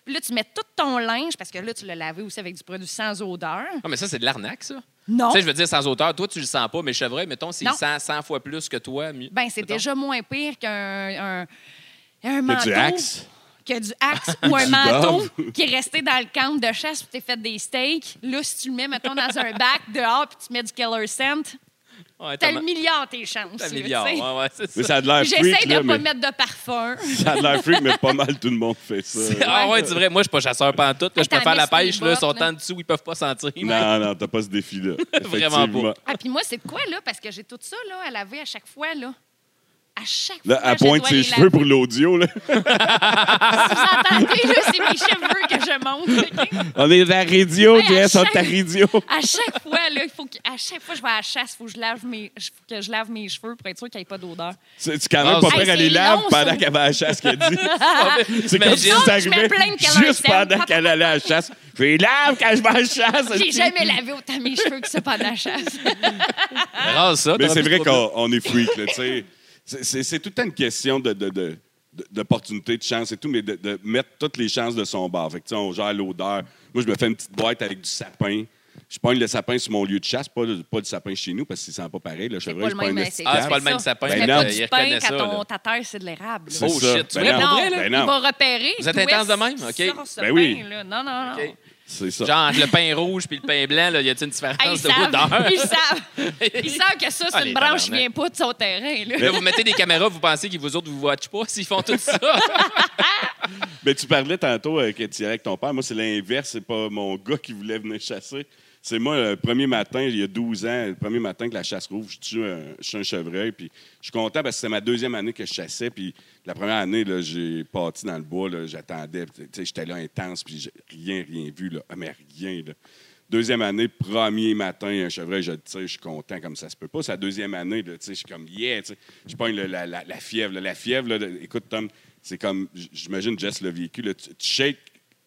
Puis là, tu mets tout ton linge, parce que là, tu l'as lavé aussi avec du produit sans odeur.
Ah, mais ça, c'est de l'arnaque, ça.
Non.
Tu sais, je veux dire, sans odeur, toi, tu le sens pas, mais le chevreuil, mettons, s'il
Non.
sent 100 fois plus que toi, mieux.
Ben, c'est
mettons.
déjà moins pire qu'un un, un
Il y
manteau.
a du axe.
Que du axe ou un
Du
manteau qui est resté dans le camp de chasse puis t'es fait des steaks. Là, si tu le mets, mettons, dans un bac dehors puis tu mets du killer scent,
Ouais,
T'as
t'as
le
ma-
milliard tes chances.
t'as
là,
le milliard.
tu sais.
Ouais, ouais, c'est
Mais
ça.
ça a de l'air
J'essaie
freak,
de
là,
ne
mais...
pas mettre de parfum.
Ça a de l'air freak, mais pas mal tout le monde fait ça.
C'est- Ah ouais, c'est vrai. Moi, je suis pas chasseur pantoute. Là, je
Attends,
peux faire la
laisse-moi les
pêche. Là, ils sont
bottes, là.
en dessous, ils peuvent pas sentir.
Non, non, t'as pas ce défi-là.
Vraiment
Effectivement.
pas.
Ah, puis moi, c'est de quoi, là? Parce que j'ai tout ça, là, à laver à chaque fois, là. À chaque
Là,
fois.
elle
je
pointe
dois
ses
les
cheveux
laver.
pour l'audio. là.
Si vous entendez, là, c'est mes cheveux que je monte. OK?
On est à la radio,
Hey, à
Jess, on est à
chaque-
la radio.
À chaque fois, là, il faut que, à chaque fois que je vais à la chasse, il faut que je lave mes, faut que je lave mes cheveux pour être sûr qu'il n'y ait pas d'odeur.
C'est c'est quand même
Ah,
pas
c'est- Ah,
pire à
Hey,
les
c'est
lave
long,
pendant
ça.
qu'elle va à la chasse qu'elle dit. C'est comme si ça
T'imagines?
Non, je me
arrivait
plains qu'elle a un
juste
sel.
pendant qu'elle allait à la chasse. Je les lave quand je vais à la chasse.
J'ai
hostie.
jamais lavé autant mes cheveux que ça pendant la chasse.
Ah, Rase ça.
Mais
t'auras
c'est
plus
vrai
de problème.
qu'on on est freak, là, tu sais. C'est- C'est c'est tout le temps une question de, de, de- de- d'opportunité, de chance et tout, mais de, de mettre toutes les chances de son bord. Fait que, tu sais, on gère l'odeur. Moi, je me fais une petite boîte avec du sapin. Je pogne le sapin sur mon lieu de chasse, pas, le- pas du sapin chez nous, parce qu'il sent pas pareil. Le chevreuil, je pogne le
c'est
sapin.
Ah, c'est pas le même sapin.
Tu
Ben
mets pas
non.
du
Il
pain
reconnaît
quand
ça,
ton,
là.
ta terre, c'est de l'érable. là.
C'est
Oh,
ça.
shit, tu
Ben
voulais
non,
pour vrai, là?
ben
il
non.
va repérer.
Vous êtes
d'où est-ce
intense de même?
qu'il
OK.
sort ce
Ben oui.
pain, là. Non, non, non.
Ah,
OK.
C'est ça.
Genre, entre le pain rouge puis le pain blanc, là, y a-t-il une
Hey, ils,
différence de
savent, ils
odeur?
savent. Ils savent que ça, c'est
Ah, les
une branche qui
tabarnak.
vient pas de son terrain. Là.
Là, vous mettez des caméras, vous pensez qu'ils vous autres vous watchent pas s'ils font tout ça.
Mais tu parlais tantôt euh, que tu y allais avec ton père. Moi, c'est l'inverse. C'est pas mon gars qui voulait venir chasser. C'est moi, le premier matin, il y a 12 ans, le premier matin que la chasse rouvre, je tue un, je tue un chevreuil. Puis je suis content parce que c'est ma deuxième année que je chassais. Puis la première année, là, j'ai parti dans le bois, là, j'attendais. puis, tu sais, J'étais là intense, puis j'ai rien, rien vu. Là, Ah, mais rien. là. Deuxième année, premier matin, un chevreuil, je le tire, je suis content comme ça se peut pas. C'est la deuxième année, là, tu sais, je suis comme, yeah, tu sais. je pogne le- la, la- la fièvre. là. La fièvre, là, de- écoute, Tom, c'est comme, j- j'imagine, Jess l'a vécu, là, tu, tu shakes,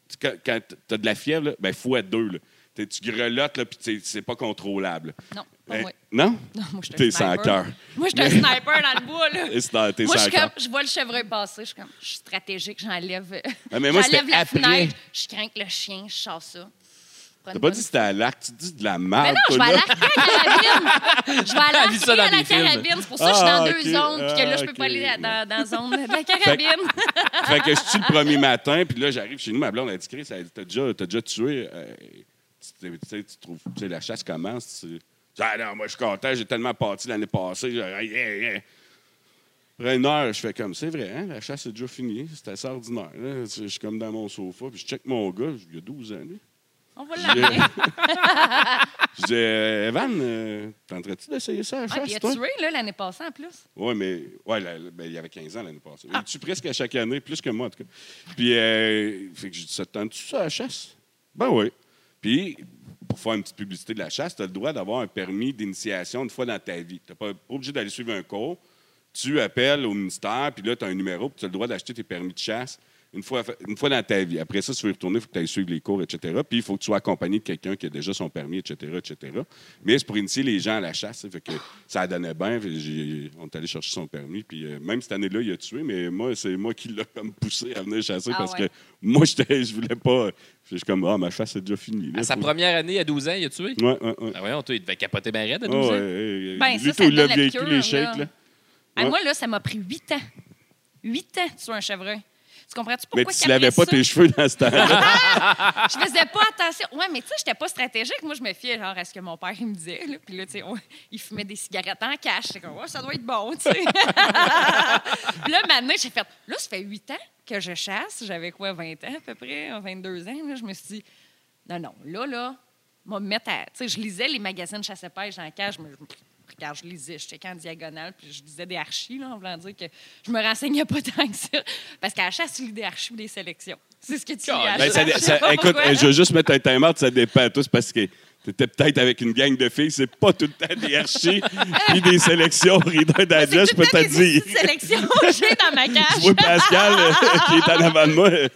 tu- quand, tu as de la fièvre, là, ben, fois deux, là. T'es- tu grelottes, là, puis t'es- c'est pas contrôlable.
Non, pas
Ben,
moi.
Non?
Non, moi, je suis un
T'es sans
sniper.
cœur.
Moi, je suis un sniper dans le bois, là.
Et c'est dans- T'es
Moi, je,
sans
suis
cœur.
comme, je vois le chevreuil passer, je suis comme, je suis stratégique, j'enlève
Ah, mais moi,
j'enlève
c'était
la
après.
fenêtre, je crains que le chien, je sors ça. Prends une
T'as pas
bonne-
dit que c'était à l'arc, tu dis de la
Mais
merde.
Ben non, je vais
toi,
à
là.
l'arc à la carabine. Je vais à
Elle vit
l'arc
ça
à
dans
la
des films.
carabine. C'est pour ça que je suis dans
Ah,
deux
ok.
zones, puis que là, je peux
Ah,
pas
ok.
aller dans, dans la zone de la carabine.
Fait que je tue le premier matin, puis là, j'arrive chez nous, ma blonde a dit Chris, elle dit, t'as déjà, t'as déjà tué. euh, tu tu sais, tu trouves, tu sais, la chasse commence. Tu... Je dis, Ah non, moi, je suis content, j'ai tellement parti l'année passée. Je- ah, yeah, yeah. Après une heure, je fais comme, c'est vrai, hein, la chasse est déjà finie, c'était assez ordinaire. là. Je suis comme dans mon sofa, puis je check mon gars, il y a 12 ans, lui.
On va
Je dis,
l'amener.
Je dis, Euh, Evan, euh, tenterais-tu d'essayer ça à la
Ah, puis
chasse,
il a
toi?
tué, là, l'année passée, en plus.
Oui, mais ouais, la- la- ben, il y avait 15 ans l'année passée. Il tue presque à chaque année, plus que moi, en tout cas. Puis, euh, fait que j'ai dit, ça te tente-tu ça à la chasse? Ben oui. Puis, pour faire une petite publicité de la chasse, tu as le droit d'avoir un permis d'initiation une fois dans ta vie. Tu n'es pas, pas obligé d'aller suivre un cours. Tu appelles au ministère, puis là, tu as un numéro, puis tu as le droit d'acheter tes permis de chasse une fois, une fois dans ta vie. Après ça, si tu veux y retourner, il faut que tu ailles suivre les cours, etc. Puis, il faut que tu sois accompagné de quelqu'un qui a déjà son permis, etc., etc. Mais c'est pour initier les gens à la chasse. ça Fait que ça donnait bien. Fait que j'ai- on est allé chercher son permis. Puis, euh, même cette année-là, il a tué, mais moi, c'est moi qui l'ai comme poussé à venir chasser
Ah
parce
ouais.
que moi, j'étais- je voulais pas. Je suis comme, ah, ma chasse est déjà finie. là.
À sa
Faut-
première année, à 12 ans, il a tué.
Ouais, ouais, ouais.
Ah voyons, toi, il devait capoter ben raide à 12
Ah
ans.
ouais, hey, hey,
Ben,
lui,
ça,
tout,
ça
il a
donne la
vécu les
piqûre,
shakes,
là.
là.
Ah,
Ouais.
Moi, là, ça m'a pris huit ans. Huit ans sur un chevreuil. Tu comprends-tu pourquoi
Mais tu
qu'après
lavais pas
ça,
tes cheveux dans ce temps-là.
Je faisais pas attention. Ouais, mais tu sais, j'étais pas stratégique. Moi, je me fiais genre à ce que mon père il me disait. là. Puis là, tu sais, on- il fumait des cigarettes en cash. J'étais comme, Ouais, ça doit être bon, tu sais. Puis là, maintenant, j'ai fait, là, ça fait huit ans que je chasse. J'avais quoi, 20 ans à peu près, hein, 22 ans. Là, je me suis dit, non, non, là, là, moi, me mettre à. Tu sais, je lisais les magazines chasse et pêche en cash. Je me- je- Regarde, je lisais, je checkais en diagonale, puis je lisais des archis, là, en voulant dire que je me renseignais pas tant que ça. Parce qu'à la chasse, tu lis des archis ou des sélections. C'est ce que tu lis à la
Ben, ça-
chasse.
ça-
Je sais pas
écoute,
pourquoi.
je veux juste mettre un timer, ça dépend à tous parce que t'étais peut-être avec une gang de filles, c'est pas tout le temps des archis puis des sélections rideurs d'adresse, Ah, je peux te dire.
sélection j'ai dans ma
Tu
cage.
vois Pascal euh, qui est en avant de moi. euh,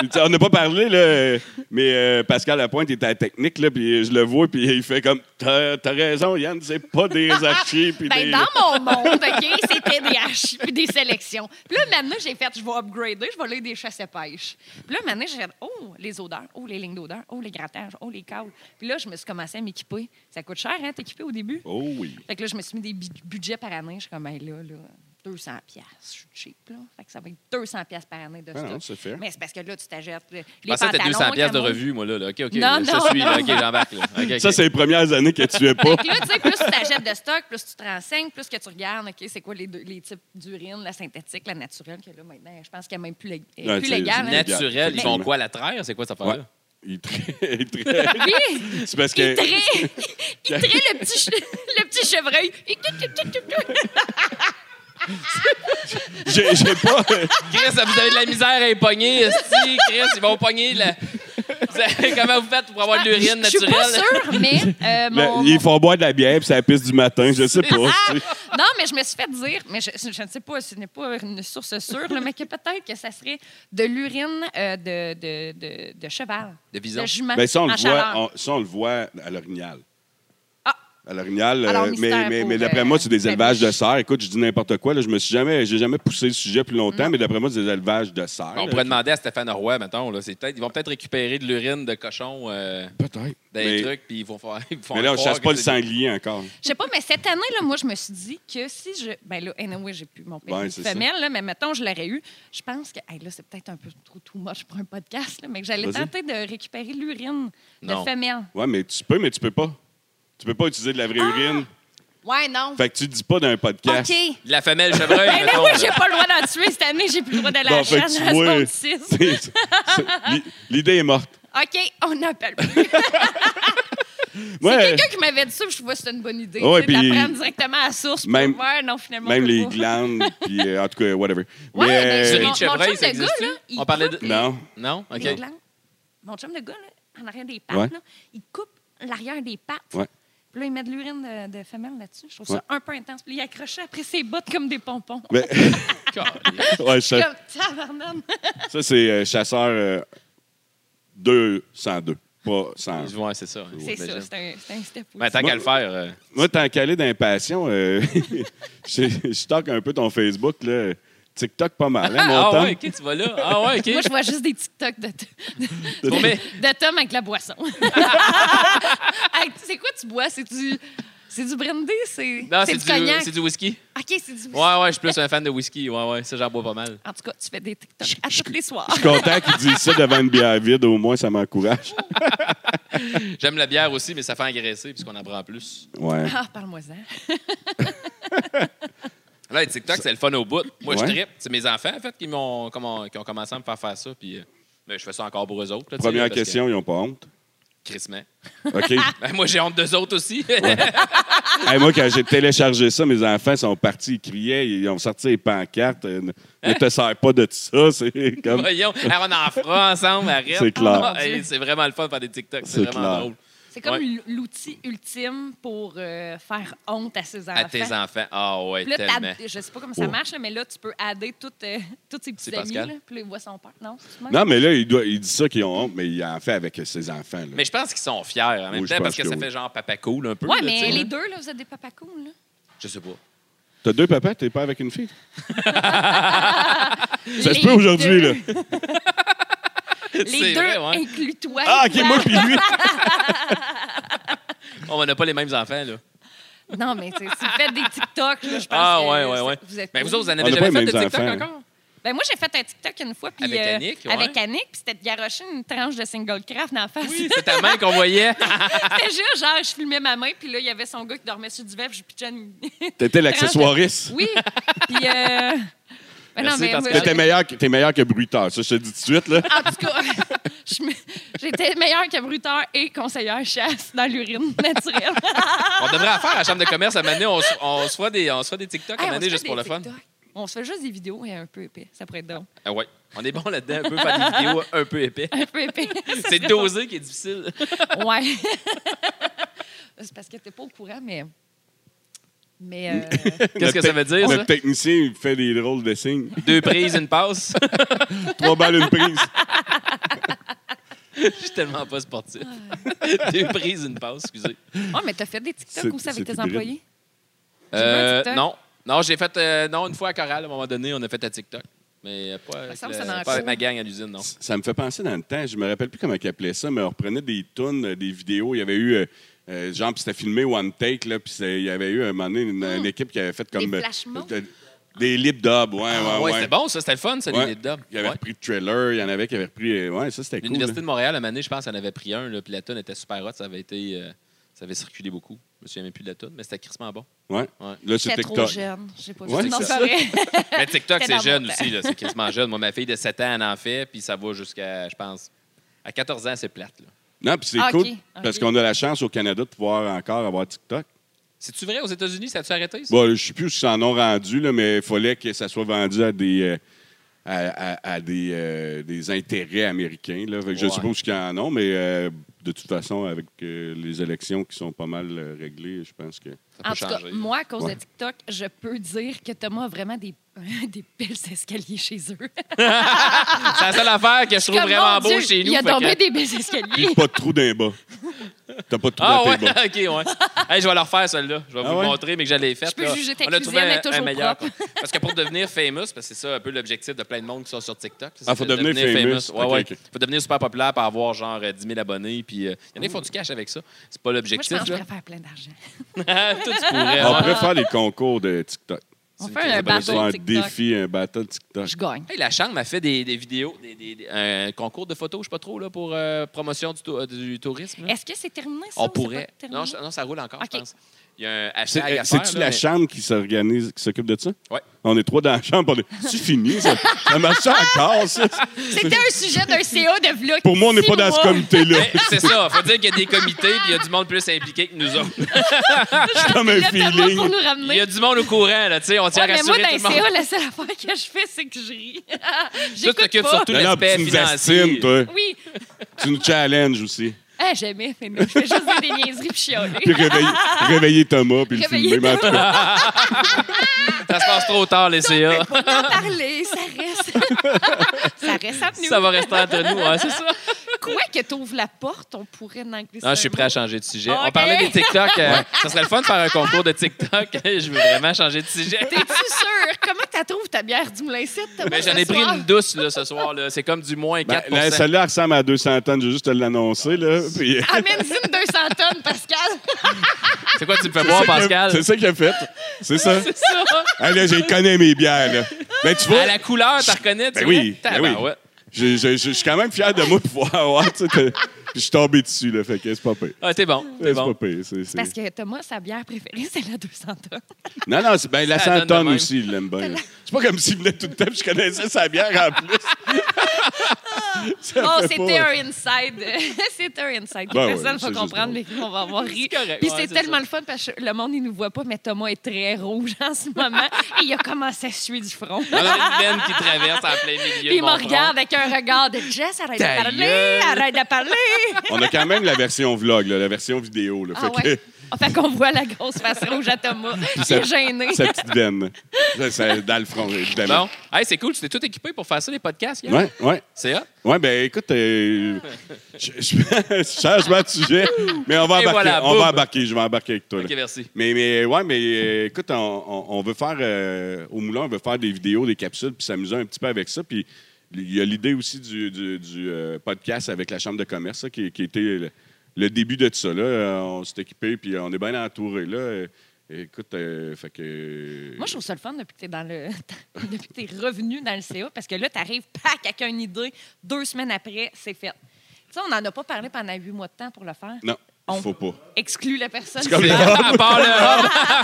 tu sais, On n'a pas parlé, là, mais euh, Pascal Lapointe est à la technique, là, puis je le vois, puis il fait comme T'as t'as raison, Yann, c'est pas des archis. puis
Ben,
des...
dans mon monde, OK, c'était des haches puis des sélections. Puis là, maintenant, j'ai fait, je vais upgrader, je vais lire des chasses à pêche. Puis là, maintenant, j'ai fait, oh, les odeurs, oh, les lignes d'odeur, oh, les grattages, oh, les câbles. Puis là, je me suis commencé à m'équiper. Ça coûte cher, hein, t'équiper au début?
Oh oui.
Fait que là, je me suis mis des bi- budgets par année. Je suis comme, ben là, là, 200 pièces, je suis cheap là, fait que ça va être 200 pièces par année de
Ah non,
stock.
c'est fair.
Mais c'est parce que là tu t'achètes euh, les
Je pensais que c'était
pantalons,
200 pièces de
Cameron.
revue, moi, là. là. OK, OK,
Non,
je
non,
suis, là.
non.
OK, j'embarque, là. OK, OK.
Ça, c'est les premières années que tu es pas.
Fait que là, tu sais, plus tu t'achètes de stock, plus tu te renseignes, plus que tu regardes, OK, c'est quoi les, deux- les types d'urine, la synthétique, la naturelle, que là, maintenant, je pense qu'elle n'est même plus, lég- elle est
Ouais,
plus
c'est-
légale. hein.
c'est natu-
Naturel, ils font
Mais-
quoi, la terre? C'est quoi, cette
Ouais.
affaire-là?
Il trait- il trait-
Oui!
C'est parce
Il
que.
traite il traite le petit, che- le petit chevreuil.
J'ai j'ai pas.
Chris, vous avez de la misère à les pogner, esti. Chris, ils vont pogner la... Vous savez Comment vous faites pour avoir de l'urine
Je suis pas
naturelle?
sûre, mais euh,
Le-
mon-
ils font boire de la bière, puis c'est la piste du matin, je sais pas. tu sais.
Non, mais je me suis fait dire, mais je, je ne sais pas, ce n'est pas une source sûre, là, mais que peut-être que ça serait de l'urine euh, de, de, de, de cheval.
De bison.
De jument.
Ben, ça, on
en
le voit,
chaleur.
on, ça, on le voit à l'orignal.
Ah!
À l'orignal,
Alors,
euh, mais,
mystère
mais,
pour,
mais d'après moi,
euh,
c'est des
la
élevages de
bouche.
cerfs. Écoute, je dis n'importe quoi. Là, je me suis jamais, j'ai jamais poussé le sujet plus longtemps, mais d'après moi, c'est des élevages de cerfs.
On
là.
pourrait demander à Stéphane Roy, mettons. Là, c'est peut-être, ils vont peut-être récupérer de l'urine de cochon euh,
Peut-être.
dans
Mais,
les trucs, puis ils vont faire. Ils vont
mais là, on
croire
chasse
que
pas le
c'est-
sanglier encore.
Je sais pas, mais cette année, là, moi, je me suis dit que si je. Ben là, anyway, j'ai plus mon
Ouais,
permis de
c'est ça.
femelle, là, mais mettons, je l'aurais eu. Je pense que. hey, là, c'est peut-être un peu trop too much pour un podcast, là, mais que j'allais
Vas-y.
tenter de récupérer l'urine de
Non.
femelle.
Ouais, mais tu peux, mais tu peux pas. Tu peux pas utiliser de la vraie urine.
Ouais, non.
Fait que tu dis pas d'un podcast.
Ah! OK.
La femelle
Ben
chevreuil,
là,
mettons.
oui,
là.
j'ai pas le droit d'en tuer cette année, j'ai plus le droit d'aller à
Bon,
la
fait que
chaîne
tu
à
vois,
seconde six.
c'est- c'est- l'i- L'idée est morte.
OK, on n'appelle plus. C'est
Ouais,
quelqu'un qui m'avait dit ça, puis je trouvais que c'était une bonne idée.
Ouais,
tu sais,
puis-
D'apprendre directement à la source.
Même-
Même, ouais, non, finalement,
même
on peut
les
pas.
glandes, puis euh, en tout cas, whatever.
Ouais, mais
Sur
Mon-
les
mon
chevreuils,
chum
ça
de gars,
existe-tu?
là, il
On parlait de.
coupe
Non.
Non? OK.
Les glandes. Mon chum de gars, là, en arrière des pattes,
Ouais.
là, il coupe l'arrière des pattes.
Ouais.
Puis là, il met de l'urine de, de femelle là-dessus. Je trouve
Ouais.
ça un peu intense. Puis là, il accrochait après ses bottes comme des pompons.
Mais- ouais, ça,
Comme tabarnane.
ça, c'est euh, chasseur euh, 202, pas 100.
Ouais, c'est ça. hein,
C'est
j'imagine.
ça, c'est un, c'est un step.
Mais tant qu'à le faire. euh,
Moi, tant qu'à aller dans les passions, euh, je, je toque un peu ton Facebook. Là. TikTok, pas mal, hein, mon
Ah,
Tom?
ouais, OK, tu vas là. Ah, ouais, OK.
Moi, je vois juste des TikTok de, de,
Bon, mais-
de Tom avec la boisson. Avec- c'est quoi tu bois? C'est du, c'est du brandy? C'est,
Non,
c'est
c'est
du, cognac?
du, c'est du whisky.
OK, c'est du...
Ouais, ouais, je suis plus un fan de whisky. Ouais, ouais, ça, j'en bois pas mal.
En tout cas, tu fais des TikTok à tous les soirs.
Je suis content qu'il dise ça devant une bière vide, au moins, ça m'encourage.
J'aime la bière aussi, mais ça fait engraisser, puisqu'on en prend plus.
Ouais.
Ah, parle-moi-en.
Là, les TikTok, c'est le fun au bout. Moi,
Ouais.
je trippe. C'est mes enfants, en fait, qui, m'ont, comment- qui ont commencé à me faire faire ça. Puis, euh, ben, je fais ça encore pour eux autres. là, tu sais, là,
Première
parce que-
question, ils n'ont pas honte.
Crissement.
OK?
Ben, moi, j'ai honte d'eux autres aussi.
Hey, moi, quand j'ai téléchargé ça, mes enfants sont partis, ils criaient, ils ont sorti les pancartes. euh, ne- ne te sers pas de ça. C'est comme.
Voyons. Alors, on en fera ensemble, arrête. Ah,
C'est clair.
Hey, c'est vraiment le fun de faire des TikTok. C'est,
C'est
vraiment
clair.
drôle.
C'est comme
Ouais.
l'outil ultime pour euh, faire honte à ses enfants.
À tes enfants. Ah, ouais,
Puis là,
tellement.
t'as- je sais pas comment ça
Oh.
marche, là, mais là, tu peux adder tout, euh, tous ses
C'est
petits amis.
Pascal.
là. puis là, il voit son père. Non, c'est ça?
Non, mais là, il, doit, il dit ça qu'ils ont honte, mais il en fait avec ses enfants. là.
Mais je pense qu'ils sont fiers en même
Oui, je
temps,
pense
parce que,
que
ça
oui.
fait genre papa cool un peu.
Ouais,
là, tu
mais
sais,
les
là.
deux, là, vous êtes des papas cool, là.
Je sais pas.
T'as deux papas, t'es pas avec une fille? Ça se
Les
peut aujourd'hui, là.
deux. Les
C'est
deux,
vrai, ouais.
inclus-toi.
Ah, OK, moi, puis lui.
Oh, On n'a pas les mêmes enfants, là.
Non, mais tu sais, si vous faites des TikTok, là, je pense
Ah,
que
ouais, ouais,
c'est-
ouais.
vous êtes
Mais vous autres, vous en
On
avez
n'a pas
jamais
les
fait de
mêmes
TikTok
enfants.
encore?
Ben, moi, j'ai fait un TikTok une fois. Puis,
Avec
euh,
Annick, ouais.
Avec Annick, puis c'était de garocher une tranche de single craft dans la face.
Oui, c'est ta main qu'on voyait.
C'était juste, genre, je filmais ma main, puis là, il y avait son gars qui dormait sur du verre, puis je pitchais une...
T'étais l'accessoiriste.
Oui, puis... euh, ben
Merci, parce que-
moi,
T'étais meilleur, que- t'es meilleur que bruiteur, ça, je te dis tout de suite, là.
En tout cas, je me- j'étais meilleure que bruteur et conseillère chasse dans l'urine naturelle.
On devrait en faire à la Chambre de commerce à Mané. On, se- on se fait des, on se fait des TikTok à
Hey, on se
Mané
fait
juste
des
pour le fun.
TikTok. On se fait juste des vidéos et un peu épais. Ça pourrait être drôle.
Ah ouais. On est bon là-dedans, un peu faire des vidéos un peu épais.
Un peu épais.
C'est dosé qui est difficile.
Ouais. C'est parce que t'es pas au courant, mais. Mais. euh,
Qu'est-ce que ça veut dire, ça?
Notre technicien, il fait des drôles de signes.
Deux prises, une passe.
Trois balles, une prise.
Je suis tellement pas sportif.
Ah.
Deux prises, une passe, excusez.
Oh, mais t'as fait des
C'est-
TikTok aussi
c'est
avec tes
hybride.
employés?
Euh,
TikTok?
non. Non, j'ai fait. euh, non, une fois à Corral, à un moment donné, on a fait un TikTok. Mais pas avec,
semble
le-
que ça en
pas avec
cours.
ma gang à l'usine, non.
Ça me fait penser dans le temps, je me rappelle plus comment ils appelaient ça, mais on reprenait des tunes, euh, des vidéos. Il y avait eu, euh, euh, genre, puis c'était filmé one take, là, puis c'est- il y avait eu, à un moment donné, une, une équipe qui avait fait comme...
Des flash mobs?
euh, Des lip dubs, ouais,
Ah,
ouais,
ouais,
ouais.
c'était bon, ça, c'était le fun, ça,
Ouais.
les lip-dubs.
Il y avait
Ouais.
repris Thriller, il y en avait qui avaient repris. euh, Ouais, ça, c'était cool.
L'Université de Montréal, à année, je pense, en avait pris un, là, puis la tonne était super hot, ça avait été. euh, ça avait circulé beaucoup. Je me souviens même plus de la tonne, mais c'était crissement bon.
là. Ouais.
Ouais.
Là, c'est
J'étais trop
TikTok.
jeune. J'ai pas vu
Ouais,
Non,
c'est
c'est
ça.
vrai.
Mais TikTok,
C'était
c'est
dans
jeune
mon
aussi, là, c'est quasiment jeune. Moi, ma fille de 7 ans, elle en fait, puis ça va jusqu'à, je pense, à 14 ans, c'est plate. là.
Non, puis c'est
Ah,
cool.
ok, ok.
Parce qu'on a la chance au Canada de pouvoir encore avoir TikTok.
C'est-tu vrai aux États-Unis, ça a-tu arrêté? Ça?
Bon, je ne sais plus s'ils s'en ont rendu, là, mais il fallait que ça soit vendu à des, euh, à, à- à des, euh, des intérêts américains. Là. Fait que Je ne sais
Ouais.
pas où ce qu'il y en a, mais euh, de toute façon, avec euh, les élections qui sont pas mal euh, réglées, je pense que.
Ça peut
En tout cas,
changer.
moi, à cause
Ouais.
de TikTok, je peux dire que Thomas a vraiment des, des belles escaliers chez eux.
C'est la seule affaire que je trouve
Comme,
vraiment
mon
beau
Dieu,
chez nous.
Il y a
fait que-
dormi des belles
Puis,
escaliers.
pas de trou d'un bas. T'as pas de trou
Ah
dans
ouais,
tes bas.
ok, ouais. Hey, je vais leur faire celle-là. Je vais
Ah
vous
ouais?
le montrer, mais que j'allais faire.
Je peux juger ta cuisine, elle est toujours propre.
Parce que pour devenir famous, parce que c'est ça un peu l'objectif de plein de monde qui sont sur TikTok. c'est
Ah, faut
de
devenir famous.
Ouais,
Ok,
ouais.
ok.
Faut devenir super populaire pour avoir genre euh, 10 000 abonnés. Puis euh, y en a qui font du cash avec ça. C'est pas
Moi, je
l'objectif.
pense que je
là.
pourrais faire plein d'argent.
Tout tu pourrais.
On
ouais.
pourrait faire des concours de TikTok.
On
C'est
fait
une
un
très bonne
On pourrait se faire
bateau
un
TikTok.
défi, un battle TikTok.
Je gagne.
Hey, la chambre a fait des, des vidéos, des, des- des- un concours de photos, je sais pas trop, là, pour euh, promotion du, tou- euh, du tourisme. là.
Est-ce que c'est terminé, ça?
On
ou c'est pas
pourrait.
terminé?
Non, je- non, ça roule encore,
Ok.
je pense. Il y a un
C'est-
hashtag
euh,
à faire.
C'est-tu
là,
la
mais-
chambre qui s'organise, qui s'occupe de ça?
Ouais.
On est trois dans la chambre. on est- C'est fini, ça. Ça marche ça encore, ça?
C'était un sujet d'un CA de vlog.
Pour moi, on n'est pas dans ce comité-là.
Mais Ben, C'est ça. Faut dire qu'il y a des comités puis il y a du monde plus impliqué que nous autres.
C'est comme un feeling.
pour nous
Il y
ramener.
a du monde au courant, là, tu sais. On tient
Ouais,
à
mais moi, dans E
rassurer tout
les
le monde.
CA, la seule affaire que je fais, c'est que je ris.
Toi,
J'écoute
t'occupes
pas.
surtout
Non, non, puis
l'aspect
tu nous
financier.
astimes, toi.
Oui.
Tu nous challenges aussi.
Ah, j'aimais, mais non, je fais juste dire des niaiseries puis
Puis
chialer.
réveiller, réveiller Thomas, puis le
Réveiller
filmer. mais en tout cas,
Ça se passe trop tard, les E CA.
Pour en parler, ça reste... ça reste entre nous.
Ça va rester entre nous, ouais, c'est ça.
Quoi que t'ouvres la porte, on pourrait en glisser
Non, Ah, je suis
un
prêt à
mot.
changer de sujet. On
Ok.
parlait des TikTok. euh, ça serait le fun de faire un concours de TikTok. je veux vraiment changer de sujet.
T'es-tu sûr? Comment t'as trouvé ta bière du moulin 7?
Mais j'en ai pris une douce là, ce soir. là. C'est comme du moins 4
ben, là, Celle-là elle ressemble à 200 tonnes, je vais juste te l'annoncer. là. Puis-
Amène-y une 200 tonnes, Pascal.
C'est quoi tu me fais boire, Pascal?
C'est ça qu'il a fait. C'est ça.
C'est ça.
Ah, là, j'ai connais mes bières. Là. Ben, tu vois,
À la couleur, tu reconnais, tu
Ben
vois?
oui, ben oui.
Tabarouette.
je, je- je- je suis quand même fier de moi de pouvoir avoir. tu sais, que- puis Je suis tombé dessus, là, fait que c'est pas pire.
Ah, t'es bon,
C'est
t'es bon.
pas pire. c'est- c'est-
Parce que Thomas, sa bière préférée, c'est la 200 tonnes.
Non, non, c'est- ben, la
Ça donne
100
de
tonnes
même.
aussi, il l'aime bien. là. C'est pas comme s'il venait tout le temps puis je connaissais sa bière en plus. Ça
Oh,
fait
c'était
pas-
un inside. c'était un inside. que
Ben ouais,
Personne ne
c'est juste
va comprendre, mais on va avoir ri.
C'est correct,
Puis
ouais,
c'est
c'est
tellement
ça.
le fun parce que le monde, il nous voit pas, mais Thomas est très rouge en ce moment. et il a commencé à suer du front.
Il y en a une veine qui traverse en plein
Puis
milieu.
il
de
me
mon
regarde avec un regard de Jess, arrête de
Ta
parler,
gueule.
arrête de parler.
On a quand même la version vlog, là, la version vidéo. Là,
Ah
fait
ouais. Ah, fait qu'on voit la grosse face rouge à Thomas. Il
ça-
est gêné.
que, sa petite veine. Ça, c'est dans le front,
front.
évidemment.
Bon. Hey, c'est cool, tu t'es tout équipé pour faire ça, les podcasts. hier?
Ouais, ouais.
C'est hot.
Ouais, ben écoute, euh, je, je- changement de sujet, mais on va
Et
embarquer.
voilà,
on
boum.
va embarquer, je vais embarquer avec toi. là.
OK, merci.
Mais, mais ouais, mais euh, écoute, on, on- on veut faire euh, au moulin, on veut faire des vidéos, des capsules, puis s'amuser un petit peu avec ça. Puis il y a l'idée aussi du, du- du, euh, podcast avec la chambre de commerce, ça, qui, qui était le, le début de tout ça. Là. Euh, On s'est équipé, puis on est bien entouré là. Euh, Écoute, euh, fait que.
Moi, je trouve ça le fun depuis que t'es dans le. depuis que t'es revenu dans le CA, parce que là, t'arrives, pac, avec une idée, deux semaines après, c'est fait. Tu sais, on n'en a pas parlé pendant huit mois de temps pour le faire.
Non,
On-
faut pas.
Exclue la personne.
C'est comme
qui
le-
parle.
À part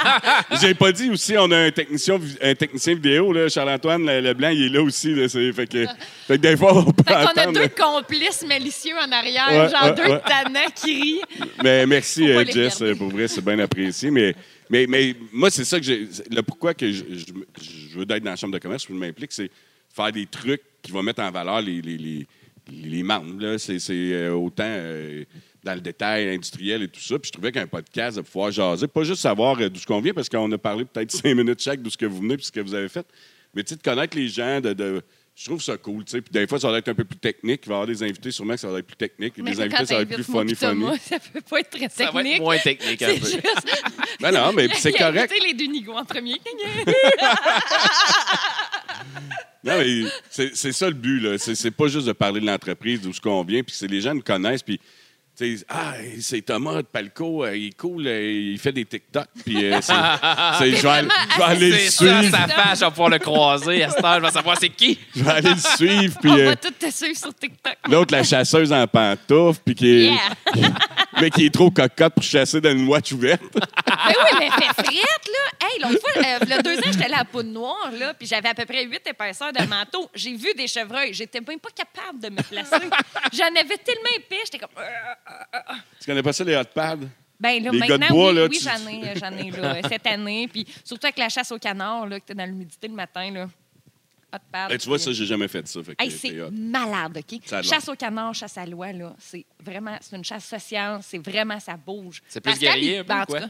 le hub.
J'ai pas dit aussi, on a un technicien, vi- un technicien vidéo, là, Charles-Antoine Le- Leblanc, il est là aussi. Là, c'est- fait, que, fait que des fois, on peut
Fait qu'on a
entendre.
deux complices malicieux en arrière,
Ouais,
genre
ouais,
deux
ouais.
tannants qui rient.
Mais merci,
Faut pas
euh,
les
Jess.
regarder.
euh, Pour vrai, c'est bien apprécié. Mais, mais, mais moi, c'est ça que j'ai. c'est- Le pourquoi que je, je- je veux d'être dans la Chambre de commerce, je m'implique, c'est faire des trucs qui vont mettre en valeur les, les, les, les membres. là. C'est c'est, euh, autant euh, dans le détail industriel et tout ça. Puis je trouvais qu'un podcast, de pouvoir jaser, pas juste savoir euh, d'où ce qu'on vient, parce qu'on a parlé peut-être cinq minutes chaque d'où ce que vous venez puis ce que vous avez fait. Mais tu sais, de connaître les gens, de. de- je trouve ça cool, tu sais. Puis des fois, ça va être un peu plus technique. Il va y avoir des invités, sûrement que ça va être plus technique.
Mais
des
quand
invités, ça va être
t'invites
plus
moi
funny,
puis
funny.
Thomas, ça peut pas être très technique.
Ça va être moins technique un
C'est
peu.
juste-
Ben non, mais c'est
Il a
correct.
invité les Dunigo en premier.
Non, mais c'est c'est ça le but, là. C'est c'est pas juste de parler de l'entreprise, d'où ce qu'on vient, puis c'est les gens nous connaissent, puis tu Tu sais, Ah, c'est Thomas de Palco, euh, il est cool, euh, il fait des TikTok. Puis euh, c'est- c'est- je vais aller- je vais aller le
C'est ça,
suivre.
ça.
sa face, je vais pouvoir le croiser. À cette heure, je vais savoir c'est qui.
Je vais aller le suivre. Puis
On
euh,
va tout te suivre sur TikTok.
l'autre, la chasseuse en pantoufle, puis qui est,
Yeah!
mais qui est trop cocotte pour chasser dans une watch ouverte.
Mais oui, mais fait frette, là. Hey, l'autre fois, euh, v'là deux ans, j'étais allée à la peau noire, là, puis j'avais à peu près huit épaisseurs de manteau. J'ai vu des chevreuils. J'étais même pas capable de me placer. J'en avais tellement épais, j'étais comme. euh, euh, euh.
Tu connais pas ça, les hot pads?
Ben, là,
Les gars de
maintenant,
bois,
oui,
là,
oui,
tu-
j'en ai, euh, j'en ai, là, euh, cette année. Puis surtout avec la chasse au canard, là, que t'es dans l'humidité le matin, là. Pas de pâte.
Hey, Ben, tu vois, ça, j'ai jamais fait ça. Fait que
Ah, Hey,
t'es-
c'est
t'es hot.
malade, OK?
Ça a de
Chasse au canard, chasse à l'oie, là, c'est vraiment, c'est une chasse sociale, c'est vraiment, ça bouge.
C'est plus
Pascal,
guerrier,
il-
un peu,
ben, en
ou
tout
quoi?
cas,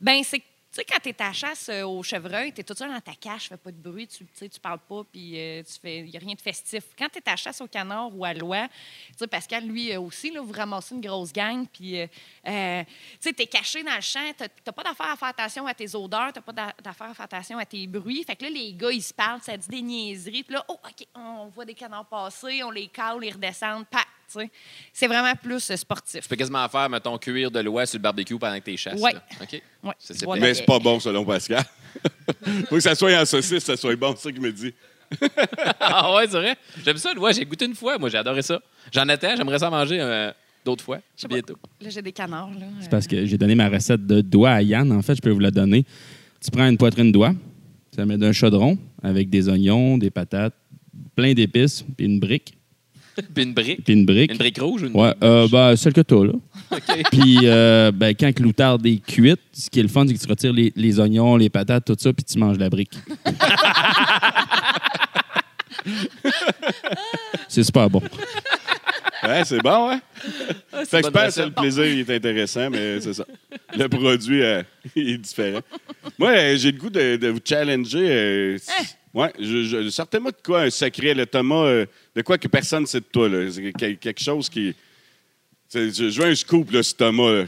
Ben, c'est, tu sais, quand t'es à la chasse euh, au chevreuil, t'es tout seul dans ta cache, fais pas de bruit, tu tu sais, tu parles pas, puis euh, tu fais, y a rien de festif. Quand t'es à la chasse au canard ou à l'oie, tu sais, Pascal, lui euh, aussi, là, vous ramassez une grosse gang, puis, euh, euh, tu sais, t'es caché dans le champ, t'as- t'as pas d'affaire à faire attention à tes odeurs, t'as pas d'a- d'affaire à faire attention à tes bruits. Fait que là, les gars, ils se parlent, ça dit des niaiseries, puis là, oh, OK, on voit des canards passer, on les cale, ils redescendent, pac, tu sais. C'est vraiment plus euh, sportif.
Tu peux quasiment faire, mettons, cuire de l'oie sur le barbecue pendant que t'es chasse.
Ouais.
là. OK?
Ouais.
Ça, c'est
Voilà.
Mais c'est pas bon, selon Pascal. Faut que ça soit en saucisse, ça soit bon, c'est ça qu'il me dit.
Ah ouais, c'est vrai. J'aime ça, l'oie. J'ai goûté une fois. Moi, j'ai adoré ça. J'en attends. J'aimerais ça en manger euh, d'autres fois.
Je sais pas.
Bientôt.
Là, j'ai des canards, là. euh,
C'est parce que j'ai donné ma recette de doigt à Yann. En fait, je peux vous la donner. Tu prends une poitrine d'oie, tu la mets d'un chaudron avec des oignons, des patates, plein d'épices, puis une brique.
Puis une brique.
Puis une brique.
Une brique rouge ou une
Ouais,
brique
euh,
blanche?
ben, celle que t'as, là.
OK.
Puis, euh, ben, quand que l'outarde est cuite, ce qui est le fun, c'est que tu retires les, les oignons, les patates, tout ça, puis tu manges la brique. c'est super bon.
Ouais, c'est bon, hein?
Ah,
fait que je
bonne
pense que le
recette.
plaisir il est intéressant, mais c'est ça. Le produit euh, il est différent. Moi, euh, j'ai le goût de, de vous challenger. euh,
Hein?
si- ouais, je, je- sortez-moi de quoi un secret, le Thomas, euh, de quoi que personne ne sait de toi. Là. C'est quel- quelque chose qui. c'est- Je, je veux un scoop, là, sur Thomas. là.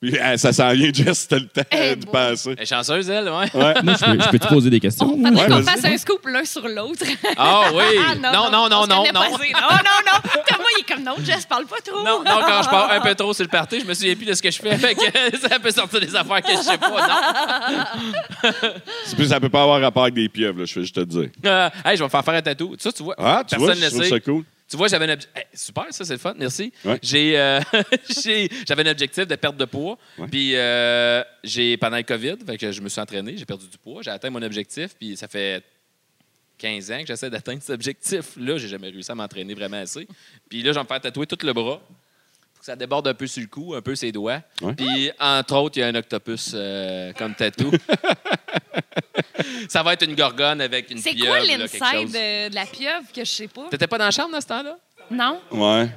Puis, ah, ça s'en vient, Jess, t'as le temps
Eh,
de
boy.
penser.
Elle est chanceuse, elle, ouais.
Ouais.
Moi, je peux, je peux te poser des questions.
Faudrait
Ouais,
qu'on
vas-y.
fasse un scoop l'un sur l'autre.
Ah oui! non, non,
on
non,
se
non,
connaît pas
non.
assez. Non, non, non. Thomas, il est comme non, Jess, parle pas trop.
Non, non, quand je pars un peu trop sur le party, je me souviens plus de ce que je fais. Fait que ça peut sortir des affaires que je sais pas, non.
C'est plus, ça peut pas avoir rapport avec des pieuvres, là, je vais juste te dire.
Euh, hey, je vais me faire faire un tatou. Ça, tu vois,
Ah, tu vois,
personne
je
ne
trouve
sait.
ça cool.
Tu vois, j'avais un obje- Hey, super, ça, c'est le fun, merci.
Ouais.
J'ai, euh, j'ai- j'avais un objectif de perte de poids.
Ouais.
Puis euh, j'ai, pendant le COVID, fait que je me suis entraîné, j'ai perdu du poids, j'ai atteint mon objectif. Puis ça fait 15 ans que j'essaie d'atteindre cet objectif-là. J'ai jamais réussi à m'entraîner vraiment assez. Puis là, je vais me faire tatouer tout le bras pour que ça déborde un peu sur le cou, un peu ses doigts.
Ouais.
Puis, entre autres, il y a un octopus euh, comme tatou. ça va être une gorgone avec une
C'est
pieuvre,
quoi
là, quelque
l'inside
chose.
de, de la pieuvre que je sais pas?
T'étais pas dans la chambre dans ce temps-là?
Non?
Ouais.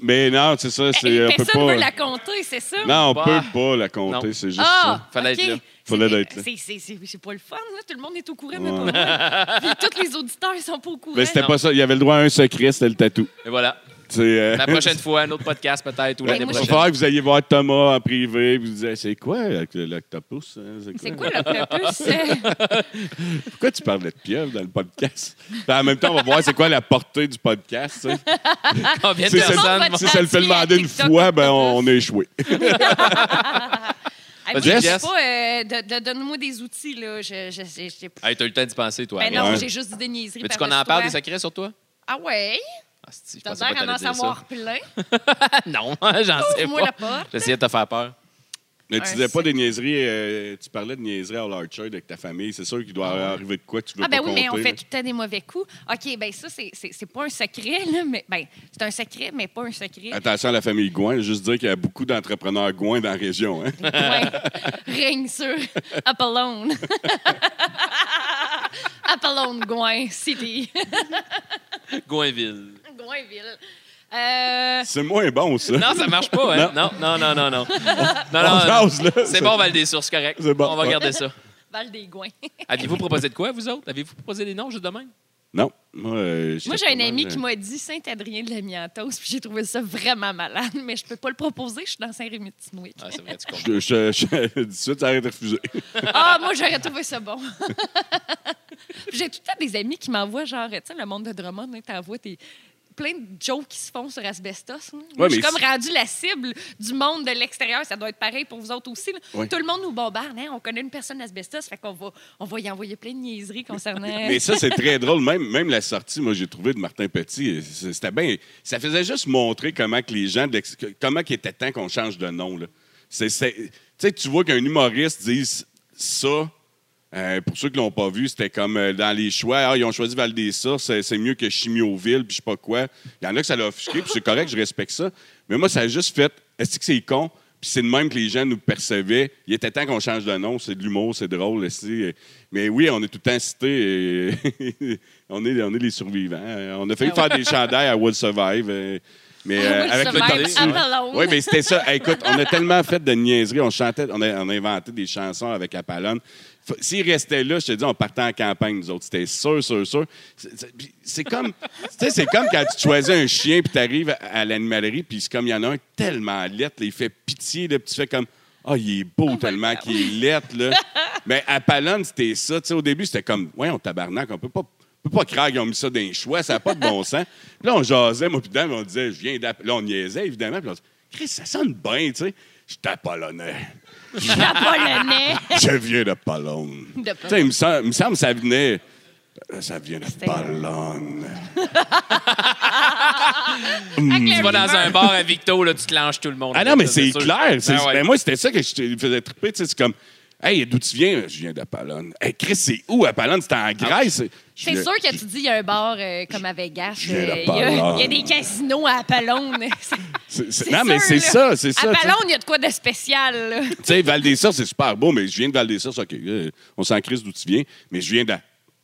Mais non, c'est ça,
Eh,
c'est. on peut
personne
pas.
veut la compter, c'est ça?
Non, on
Bah.
peut pas la compter,
Non.
c'est juste ça.
Ah!
Fallait
OK.
être là.
Fallait
C'est-
être là.
c'est- C'est c'est- c'est pas le fun, là. Tout le monde est au courant,
Ouais.
mais pas moi. Puis tous les auditeurs, ils sont pas au courant.
Mais c'était
non.
pas ça. Il y avait le droit à un secret, c'était le tatou.
Et voilà.
C'est, euh,
La prochaine fois, un autre podcast peut-être ou
Ouais,
l'année
Il va
Ben, moi,
prochaine.
falloir que vous alliez voir Thomas en privé et vous disiez C'est quoi euh, l'octopus hein?
C'est quoi l'octopus? Euh,
Pourquoi tu parles de pieuvre dans le podcast Puis En même temps, on va voir c'est quoi la portée du podcast. tu sais.
Combien de
Si ça,
Tout le monde
personnes
va
vont-
si ça le fait
Tatier à
demander une
TikTok,
fois, ben, on,
octopus.
on a échoué.
hey, moi,
Jess?
je sais pas, euh, de- de- Donne-moi des outils, là. Je, je, je- je sais pas.
Hey, t'as eu le temps d'y penser, toi.
Ben
arrête.
non,
ouais.
j'ai juste dit des niaiseries.
Veux-tu
par
qu'on en parle des
toi.
secrets sur toi?
Ah ouais?
Ah, si, je
T'as
pensais pas
l'air
que
à en
t'allais dire
savoir
ça.
plein.
Non, hein, j'en sais
Ouvre-moi la
pas.
porte.
J'essayais de te faire peur.
Mais
Un
tu disais pas
secret.
des niaiseries. euh, tu parlais de niaiseries à l'Archer avec ta famille. C'est sûr qu'il doit arriver de quoi que tu veux
Ah ben
pas
oui, mais on
compter,
fait
là.
tout le temps des mauvais coups. OK, ben ça, c'est- c'est c'est pas un secret, là, mais ben, c'est un secret, mais pas un secret.
Attention à la famille Gouin. Juste dire qu'il y a beaucoup d'entrepreneurs Gouin dans la région. Hein?
Ouais. Ring sur Apollone. Apollone, Gouin, City.
Goinville.
Gouinville. Euh,
C'est moins bon, ça.
Non, ça marche pas, hein? Non, non, non, non, non. Non,
On
non, non.
jase, là.
C'est bon, on va des sources, correct.
C'est bon,
On va
ouais.
regarder ça.
Val des Gouins.
Aviez-vous proposé de quoi, vous autres? Aviez-vous proposé des noms, juste de même?
Non. Moi, euh,
Moi, j'ai
j'étais
un
pas
ami
mal,
qui m'a dit Saint-Adrien de la Miantos, puis j'ai trouvé ça vraiment malade, mais je peux pas le proposer, je suis dans Saint-Rémy-de-Tinouic.
Ah, c'est vrai, tu comprends.
Je, je, je, tout de suite, ça arrête de refuser.
Ah, moi, j'aurais trouvé ça bon. J'ai tout le temps des amis qui m'envoient, genre, tu sais, le monde de Drummond, hein, t'envoies tes, plein de jokes qui se font sur asbestos. là.
Ouais,
je suis
mais
comme
si-
rendu la cible du monde de l'extérieur. Ça doit être pareil pour vous autres aussi. là.
Ouais.
Tout le monde nous bombarde. hein. On connaît une personne asbestos, fait qu'on va, on va y envoyer plein de niaiseries concernant...
Mais ça, c'est très drôle. Même, même la sortie, moi, j'ai trouvé de Martin Petit, c- c'était bien. Ça faisait juste montrer comment que les gens, de l'ex- que- comment qu'il était temps qu'on change de nom. là. C'est- c'est- Tu sais, tu vois qu'un humoriste dise ça. euh, pour ceux qui l'ont pas vu, c'était comme euh, dans les choix. Ah, ils ont choisi Val des c'est c'est mieux que Chimioville, puis je sais pas quoi. Il y en a que ça l'a offusqué, puis c'est correct, je respecte ça. Mais moi, ça a juste fait. Est-ce que c'est con? Puis c'est de même que les gens nous percevaient. Il était temps qu'on change de nom. C'est de l'humour, c'est drôle. c'est- euh, Mais oui, on est tout le temps cités. et on, est, on est les survivants. Euh, On a failli
Ah ouais.
faire des chandails à Will Survive. euh, Mais
I will
avec
survive,
le
I'm
temps.
alone.
Oui, mais c'était ça. Hey, écoute, on a tellement fait de niaiseries. On chantait, on a, on a inventé des chansons avec Apalone. F- S'ils restaient là, je te dis, on partait en campagne, nous autres. C'était sûr, sûr, sûr. C'est- c'est- puis C'est comme, tu sais, c'est comme quand tu choisis un chien puis tu arrives à, à l'animalerie, puis c'est comme il y en a un tellement lettre, là, il fait pitié, là, puis tu fais comme, ah, il est beau tellement qu'il est lettre, là. Mais à Palone, c'était ça. Tu sais, au début, c'était comme, ouais, on tabarnak, on peut pas. On peut pas croire qu'ils ont mis ça dans les choix, ça n'a pas de bon sens. Puis là, on jasait, moi, puis Dan, on disait, je viens d'App. Là, on niaisait, évidemment. Puis là, on disait, Chris, ça sonne bien, tu sais. Je suis polonais.
Polonais.
Je viens de Pologne.
De
Tu sais, il me sem- il me semble que ça venait. Euh, Ça vient de Pologne.
Ah
Tu vas dans un bar à Victo, là, tu te lances tout le monde.
Ah non, mais
Ça,
c'est
sûr.
clair. c'est-
Ah ouais.
ben moi, c'était ça que je te faisais triper. tu sais, C'est comme, hey, d'où tu viens? Je viens d'Apollone. Hey, Chris, c'est où Apollone? C'était en Grèce. Je
Ah. C'est
viens-
sûr que tu dis il y a un bar euh, comme à Vegas.
Je viens
euh,
de
Il y, a-
Palogne.
il y a des casinos à Apollone.
c'est-
C'est-
c'est-
c'est
Non,
sûr,
mais c'est
là.
ça, c'est ça.
À
tu sais.
Palogne, il y a de quoi de spécial. là.
Tu sais, Val des c'est super beau, mais je viens de Val des OK, euh, on s'en crise d'où tu viens, mais je viens d'A-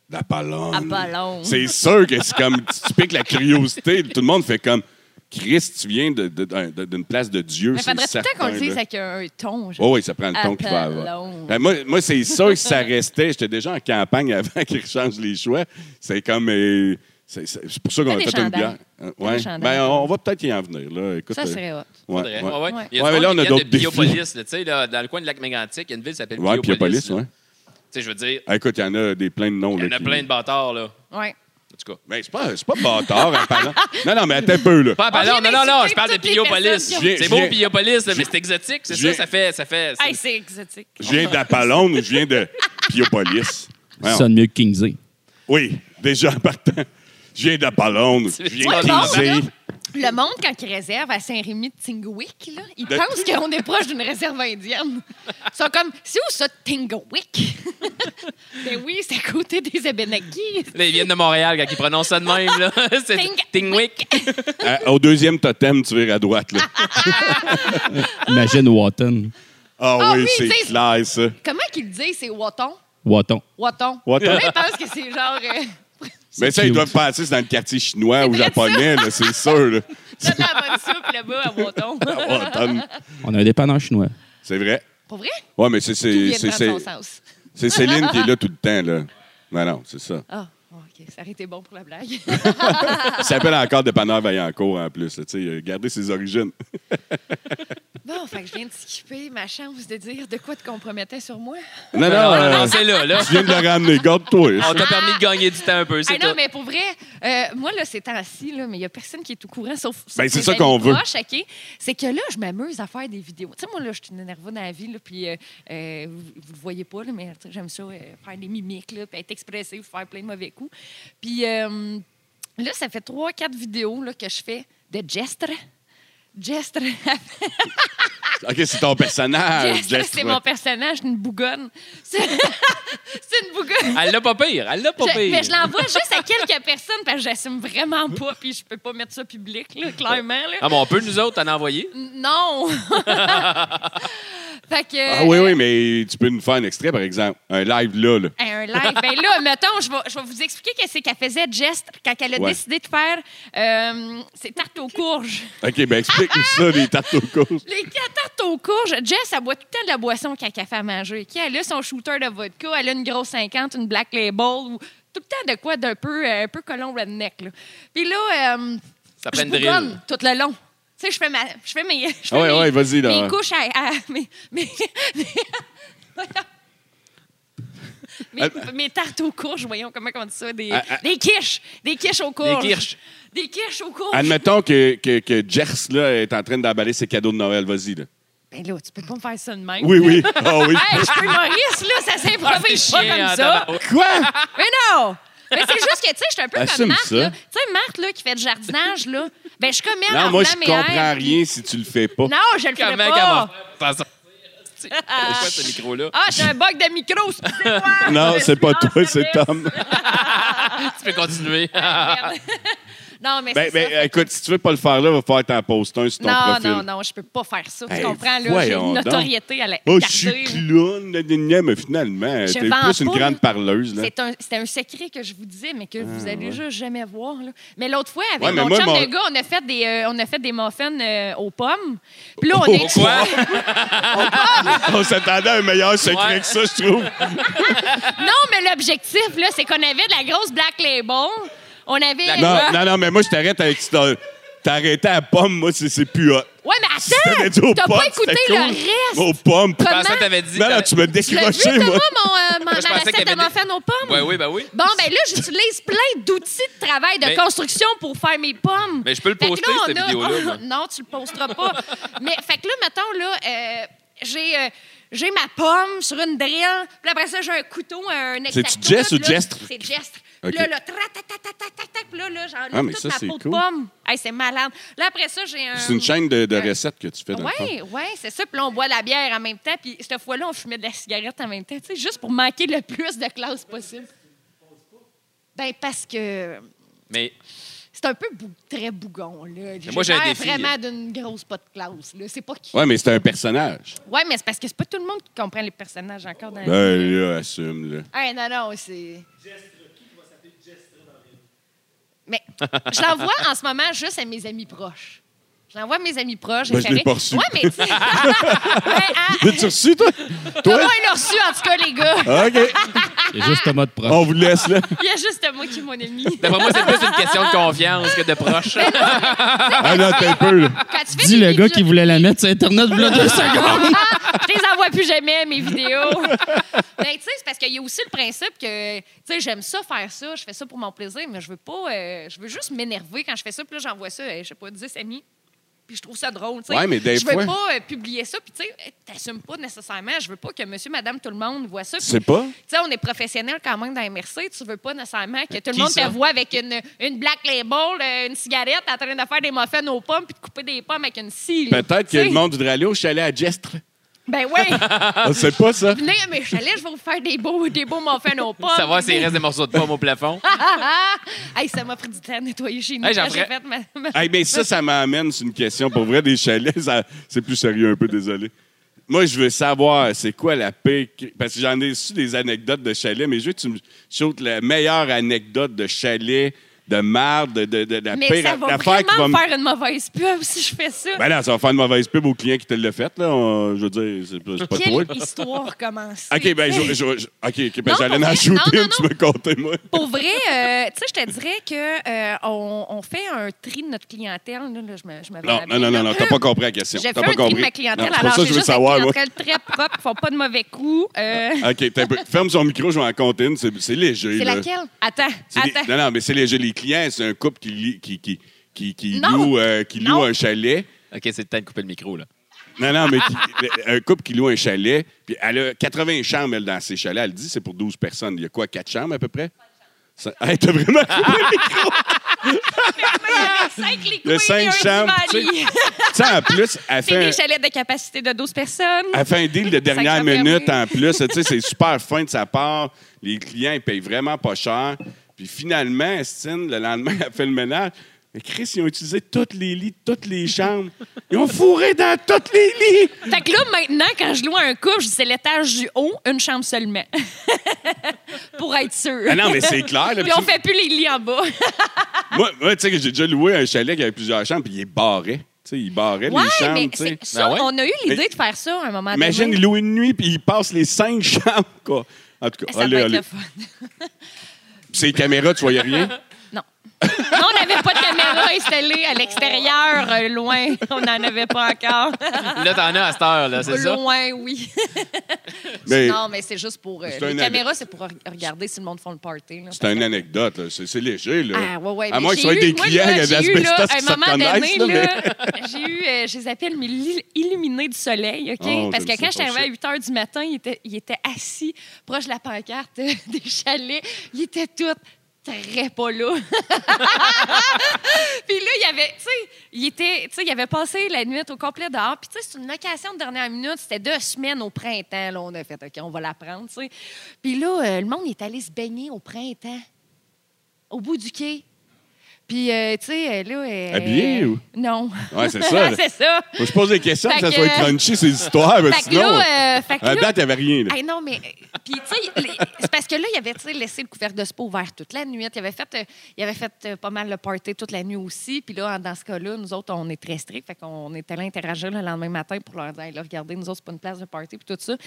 d'Apollon.
Apollon.
C'est sûr que c'est comme, tu tu piques la curiosité, tout le monde fait comme, Christ, tu viens de- de- d'un- de- d'une place de Dieu.
Mais
c'est
faudrait tout le temps qu'on le
certain,
dise
là.
avec un, un ton. genre.
Oh oui, ça prend le ton qu'il va avoir.
Apollon.
Ben, moi, moi c'est sûr que si ça restait. J'étais déjà en campagne avant qu'ils changent les choix. C'est comme. euh, c'est c'est- c'est pour ça qu'on a
Fais des
fait une
chandails.
bière. Euh,
Fais
ouais.
des chandails.
Ben, on on va peut-être y en venir. Là. Écoute,
Ça
euh,
serait hot.
ouais, ouais.
Ouais, ouais. Il y a
Ouais, mais
du
là, on
monde
a
qui vient de
d'autres défis.
Biopolis, là, tu sais, là, dans le coin du lac Mégantic, il y a une ville qui s'appelle
Ouais, puis il y a
Biopolis.
police,
là.
ouais.
Tu sais, je veux dire,
Ah, écoute, il y en a des plein de noms.
il y en
là,
a
qui-
plein de bâtards, là.
Oh.
En
Ouais.
tout cas.
Mais c'est pas, c'est pas bâtard, en parlant. Non, non, mais attends un peu, là.
Pas à
On vient
Ballard, non, non, non, je
d'insulter
parle de
Ah, toutes les personnes
Biopolis.
qui ont-
Je viens-
C'est
je
beau,
viens-
Biopolis, mais c'est exotique, c'est
je
ça,
viens-
ça fait. Ça fait
Hey, c'est exotique.
Je viens d'Apollon ou je viens de Piopolis?
Ça
Voyons.
sonne mieux que Kingsley.
Oui, déjà en partant. Je viens d'Apollon, je
C'est
viens
pas
de
bon,
Kinsey.
là. Le monde, quand il réserve à Saint-Rémy de Tingowick, là, ils
De-
pensent qu'on est proche d'une réserve indienne. Ils sont comme, c'est où ça, Tingowick? ben oui, c'est à côté des Abenaki.
Là, ils viennent de Montréal quand ils prononcent ça de même, là. C'est
Ting-
Tingwick.
À- Euh, Au deuxième totem, tu verras à droite, là.
Imagine Watton.
Ah
Ah
oui,
oui,
c'est
c'est-
clair, ça.
Comment qu'ils le disent, c'est Waton?
Watton.
Waton.
Waton.
Comment ils pensent que c'est genre... euh,
Mais ça,
cute.
ils doivent passer c'est dans le quartier chinois ou
vrai, ça.
japonais, là, c'est sûr. Là.
Donne la bonne soupe là-bas à Waton.
Oh, Tom,
On a un dépanneur chinois.
c'est vrai.
Pour vrai?
Oui, mais c'est,
Tout
c'est,
vient de
c'est,
prendre son
c'est,
sens.
c'est Céline qui est là tout le temps. Là. Non, non, c'est ça.
Ah, OK. Ça aurait été bon pour la blague.
Il s'appelle encore Dépanneur Vaillancourt en plus. là, tu sais, Gardez ses origines.
bon, fait que je viens de skipper ma chance de dire de quoi te compromettais sur moi.
Non, non,
Non,
euh,
non, c'est là, là.
tu viens de le ramener. Garde-toi.
On
ça.
t'a permis de gagner du temps un peu,
Ah
c'est
non,
tout.
mais pour vrai, euh, moi, là, ces temps-ci, là, mais il n'y a personne qui est au courant, sauf. sauf
Ben, c'est
mes
ça
amis
qu'on veut.
proches, OK? C'est que là, je m'amuse à faire des vidéos. Tu sais, moi, là, je suis une énervée dans la vie, là, puis euh, euh, vous ne le voyez pas, là, mais tu sais, j'aime ça, euh, faire des mimiques, là, puis être expressive, faire plein de mauvais coups. Puis euh, là, ça fait trois, quatre vidéos là, que je fais de gestre. Gestre.
OK, c'est ton personnage.
Gestre,
Jess,
c'est
Ah, ouais.
mon personnage, une bougonne. C'est c'est une bougonne.
Elle l'a pas pire, elle l'a pas
Je-
pire.
mais je l'envoie juste à quelques personnes parce que j'assume vraiment pas, puis je peux pas mettre ça public, là, clairement. là.
Ah, mais on peut, nous autres, en envoyer.
Mm, Non! fait que.
Ah oui, oui, mais tu peux nous faire un extrait, par exemple. Un live là. là.
Un live. Ben là, mettons, je vais, je vais vous expliquer qu'est-ce qu'elle faisait, Jess, quand elle a
Ouais.
décidé de faire euh, ses tartes aux courges.
OK, ben explique-nous ça, les tartes aux courses.
Les quatre tartes aux courges, Jess, elle boit tout le temps de la boisson quand elle fait à manger. OK? Elle a son shooter de vodka, elle a une grosse 50, une black label, ou tout le temps de quoi d'un peu, euh, un peu colon redneck. Là. Puis là, euh,
Ça
je
prend une drill.
bougonne tout le long. Tu sais, je fais ma, je fais mes, je fais
Ah ouais,
mes-
ouais, vas-y, là.
mes couches à, à- mes, mes- mes-
Euh,
Mes, mes tartes aux courges, voyons comment on dit ça. Des, des quiches. Des quiches aux courges.
quiches.
Des quiches aux courges.
Admettons que, que, que Jers là, est en train d'emballer ses cadeaux de Noël. Vas-y. là.
Ben là, tu peux pas me faire ça de même.
Oui, oui. Ah oui.
Hey, je suis humoriste, là, ça s'improvise
Ah, c'est
pas
chiant,
comme ça.
tabarnak.
Quoi?
Mais non! Mais c'est juste que, tu sais, je suis un peu
Assume
comme Marthe,
ça.
là. Tu sais, Marthe, là, qui fait du jardinage, là. Ben, je suis comme elle en
Non, moi, je
roulant mes airs.
comprends rien si tu le fais pas.
hein? Non, je le
Comment
ferai
qu'elle va
pas.
faire ça? C'est quoi ce micro-là?
Ah, j'ai un bug de micro, excusez-moi.
Non, c'est pas toi, c'est Tom.
Tu peux continuer.
Non, mais
Ben,
c'est
ben,
ça.
écoute, si tu veux pas le faire là, va falloir t'en poster un sur ton
Non,
profil.
non, non, je peux pas faire ça.
Hey,
tu comprends, là? J'ai
voyons
une
donc.
notoriété à la
Oh, je suis
garder, là.
clown, la dernière, mais finalement, t'es
vends
plus une
pas,
grande
là.
parleuse. Là. Ah,
C'est un, c'était un secret que je vous disais, mais que vous allez juste jamais voir. là. Mais l'autre fois, avec
Ouais, mais
mon
moi,
chum
mon-
de gars, on a fait des, euh, on a fait des muffins euh, aux pommes. Puis là, on est...
Quoi?
On s'attendait à un meilleur secret
Ouais.
que ça, je trouve.
Non, mais l'objectif, là, c'est qu'on avait de la grosse Black Label. On avait...
non, non, non, mais moi, je t'arrête avec. t'as- T'as arrêté à pomme, moi, c'est c'est plus hot.
Ouais, mais
T'avais dit
attends!
aux
T'as
pommes,
pas écouté
c'était
le
cool.
reste! euh,
Aux pommes.
Je
Comment?
pensais que t'avais dit...
Non, non, Ben tu m'as
Tu l'as vu,
décroché,
Thomas,
moi.
mon, euh, mon- ma
pensais qu'il y
recette
avait
de
des-
muffins aux pommes?
Oui, oui, ben oui.
Bon, ben là, j'utilise plein d'outils de travail, de
Mais-
construction pour faire mes pommes.
Mais je peux le
Fait que
poster,
là, on
cette
a-
vidéo-là, moi.
non, tu le posteras pas. Mais, fait que là, mettons, là, euh, j'ai... euh, j'ai ma pomme sur une drill, puis après ça, j'ai un couteau, un
C'est-tu
exacto,
Jess
puis
ou
là,
Gestre?
C'est gestre.
OK.
Puis là, là, tra ta ta ta ta ta ta, puis là, là, j'enlève
Ah, mais
toute
ça,
ma
c'est
peau de
cool.
pomme. Hey, c'est malade. Là, après ça, j'ai un...
C'est une chaîne de, de
Euh,
recettes que tu fais dans le fond.
Oui, oui, c'est ça. Puis là, on boit de la bière en même temps. Puis cette fois-là, on fumait de la cigarette en même temps, tu sais, juste pour manquer le plus de classe possible. Ben parce que
Mais
c'est un peu bou- très bougon, là.
moi, j'ai un
l'air
défi.
vraiment d'une grosse pas de classe, là. C'est pas qui. Ouais,
Ouais, mais c'est un personnage.
mais c'est parce que c'est pas tout le monde qui comprend les personnages encore dans la
Ben, là, assume, là.
Hey, non, non, c'est... Mais je l'envoie en ce moment juste à mes amis proches. Je l'envoie à mes amis proches.
Ben, je l'ai
fait-
pas reçu.
Ouais, mais tu sais- Ben, ah,
L'as-tu reçu, toi?
Thomas,
Toi?
il l'a reçu, en tout cas, les gars.
OK.
Il y a juste Thomas de proche.
On vous laisse, là.
Il y a juste moi qui est mon ami.
d'après moi, c'est plus une question de confiance que de proche.
Ah, non, t'es un peu, là.
Quand tu fais
Oh, Dis
des
le gars
vidéos- Ah,
qui voulait la mettre sur Internet, vous deux secondes.
Je les envoie plus jamais, mes vidéos. Ben, tu sais, c'est parce qu'il y a aussi le principe que, tu sais, j'aime ça faire ça, je fais ça pour mon plaisir, mais je veux pas, euh, je veux juste m'énerver quand je fais ça, puis là, j'envoie ça, euh, je sais pas, 10 amis. Puis je trouve ça drôle, tu sais.
Ouais, mais des
Je veux
fois-
pas euh, publier ça, puis tu sais, euh, t'assumes pas nécessairement. Je veux pas que monsieur, madame, tout le monde voit ça.
Tu
Puis,
sais pas?
Tu sais, on est professionnel quand même dans MRC. Tu veux pas nécessairement que tout le
qui,
monde
ça?
te voit avec une, une black label, euh, une cigarette, en train de faire des muffins aux pommes puis de couper des pommes avec une scie. là.
Peut-être
Tu
que
sais,
le monde voudrait aller au chalet à Gestre.
Ben oui!
On sait Ah, pas, ça.
Venez à mes chalets, je vais vous faire des beaux, des beaux muffins aux pommes.
Savoir s'il reste des morceaux de pomme au plafond.
hey, ça m'a pris du temps à nettoyer chez nous.
Hey, j'en
quand j'ai
ferais-
fait ma- ma-
Hey, mais ça, ça m'amène sur une question. Pour vrai, des chalets, ça- c'est plus sérieux un peu, désolé. Moi, je veux savoir, c'est quoi la paix? Parce que j'en ai su des anecdotes de chalets, mais je veux que tu me sautes la meilleure anecdote de chalet, de merde, de, de, de- de la
Mais
pire
ça va
affaire qui va
vraiment
me-
me faire une mauvaise pub si je fais ça.
Ben non, ça va faire une mauvaise pub au client qui te l'a fait, là. On- je veux dire, c'est pas, c'est pas toi.
Quelle histoire commence.
OK, ben, je, je- je- OK, OK, ben,
Non,
j'allais
pour
en
vrai,
shooter
non, non,
une, tu me comptais, moi.
Pour vrai, euh, tu sais, je te dirais que euh, on, on fait un tri de notre clientèle. Là, là, je me, je me vais
Non, non,
la bien,
non, non,
là.
non, t'as pas compris la question.
J'ai fait
T'as
un
pas
tri
compris.
de ma clientèle.
Non, c'est
alors,
pour ça que
j'ai
je veux
juste une
savoir, moi. Ah,
clientèle très propre, qui font pas de mauvais coups. Euh,
OK, t'as un peu. Ferme son micro, je vais en compter une. C'est c'est léger.
c'est
là.
laquelle? Attends,
C'est les-
attends.
Non, non, mais c'est léger. Les clients, c'est un couple qui, li- qui, qui, qui, qui
Non.
loue, euh, qui loue
Non.
un chalet.
OK, c'est le temps de couper le micro, là.
Non, non, mais qui- un couple qui loue un chalet. Puis elle a 80 chambres, elle, dans ses chalets. Elle dit c'est pour 12 personnes. Il y a quoi, 4 chambres à peu près? Ça- Hey, t'as vraiment coupé le micro?
Cinq liquides
Le cinq
et un
chambres,
Divali.
tu sais. Tu sais, en plus, elle
C'est
fait,
des
un, Ah.
chalets de capacité de 12 personnes.
elle fait un deal de dernière
Cinq chambres
minute
fermées.
en plus. Tu sais, c'est super fin de sa part. Les clients, ils payent vraiment pas cher. Puis finalement, Estine, le lendemain, elle fait le ménage. Mais Chris, ils ont utilisé tous les lits, toutes les chambres. Ils ont fourré dans tous les lits.
Fait que là, maintenant, quand je loue un couple, je dis c'est l'étage du haut, une chambre seulement. Pour être sûr.
Ah non, mais c'est clair. là,
Puis on fait plus les lits en bas.
Moi, moi, tu sais que j'ai déjà loué un chalet qui avait plusieurs chambres, puis il est barré. Tu sais, il barrait les
ouais, mais
chambres. tu
c'est-
sais.
ça,
Ben ouais.
on a eu
Mais-
l'idée de faire ça à un moment
Imagine,
donné.
il loue une nuit, puis il passe les cinq chambres, quoi. En tout cas,
Ça
allez,
peut être
allez.
le fun.
Puis Ces caméras, tu voyais rien?
Non, on n'avait pas de caméra. pas installé à l'extérieur, euh, loin. On n'en avait pas encore.
Là, t'en as à cette heure, là, c'est ça?
loin, oui.
Mais-
non, mais c'est juste pour. euh,
C'est
les
un-
caméras, c'est pour re- regarder si le monde font le party. là.
C'est une anecdote, là. c'est c'est léger. Là.
Ah, ouais, ouais.
À
mais
moins que
j'ai
ce soit
eu-
des
moi,
clients
là,
qui avaient
j'ai eu, là,
asbestos
à
qui
un
se
moment
reconnaissent. là,
donné,
mais-
là, j'ai eu, euh, je les appelle, mais l'i- illuminés du soleil, OK?
Oh,
Parce que
j'aime
quand je
ça,
suis arrivée
ton
à 8 h du matin, ils étaient il était assis proche de la pancarte euh, des chalets. Ils étaient tous très pas là. Puis là, il y avait, tu sais, il était, tu sais, il avait passé la nuit au complet dehors. Puis tu sais, c'est une location de dernière minute. C'était deux semaines au printemps. Là, on a fait, OK, on va la prendre, tu sais. Puis là, euh, le monde est allé se baigner au printemps, au bout du quai. Puis, euh, tu sais, euh, là... euh,
Habillé ou?
Non.
Ouais, c'est ça, là.
c'est ça.
Faut que je pose des questions
Fait
pour que ça
que- euh,
soit crunchy, ces histoires. mais
Fait que
sinon,
là, euh, fait que
à
là-
date, il n'y avait rien. là.
Hey, non, mais. euh, Puis, tu sais, les- c'est parce que là, il avait tu sais, laissé le couvert de spa ouvert toute la nuit. Il avait fait, euh, il avait fait euh, pas mal le party toute la nuit aussi. Puis là, en- dans ce cas-là, nous autres, on est très stricts. Fait qu'on est allé interagir le lendemain matin pour leur dire, Hey, là, regardez, nous autres, c'est pas une place de party, puis tout ça.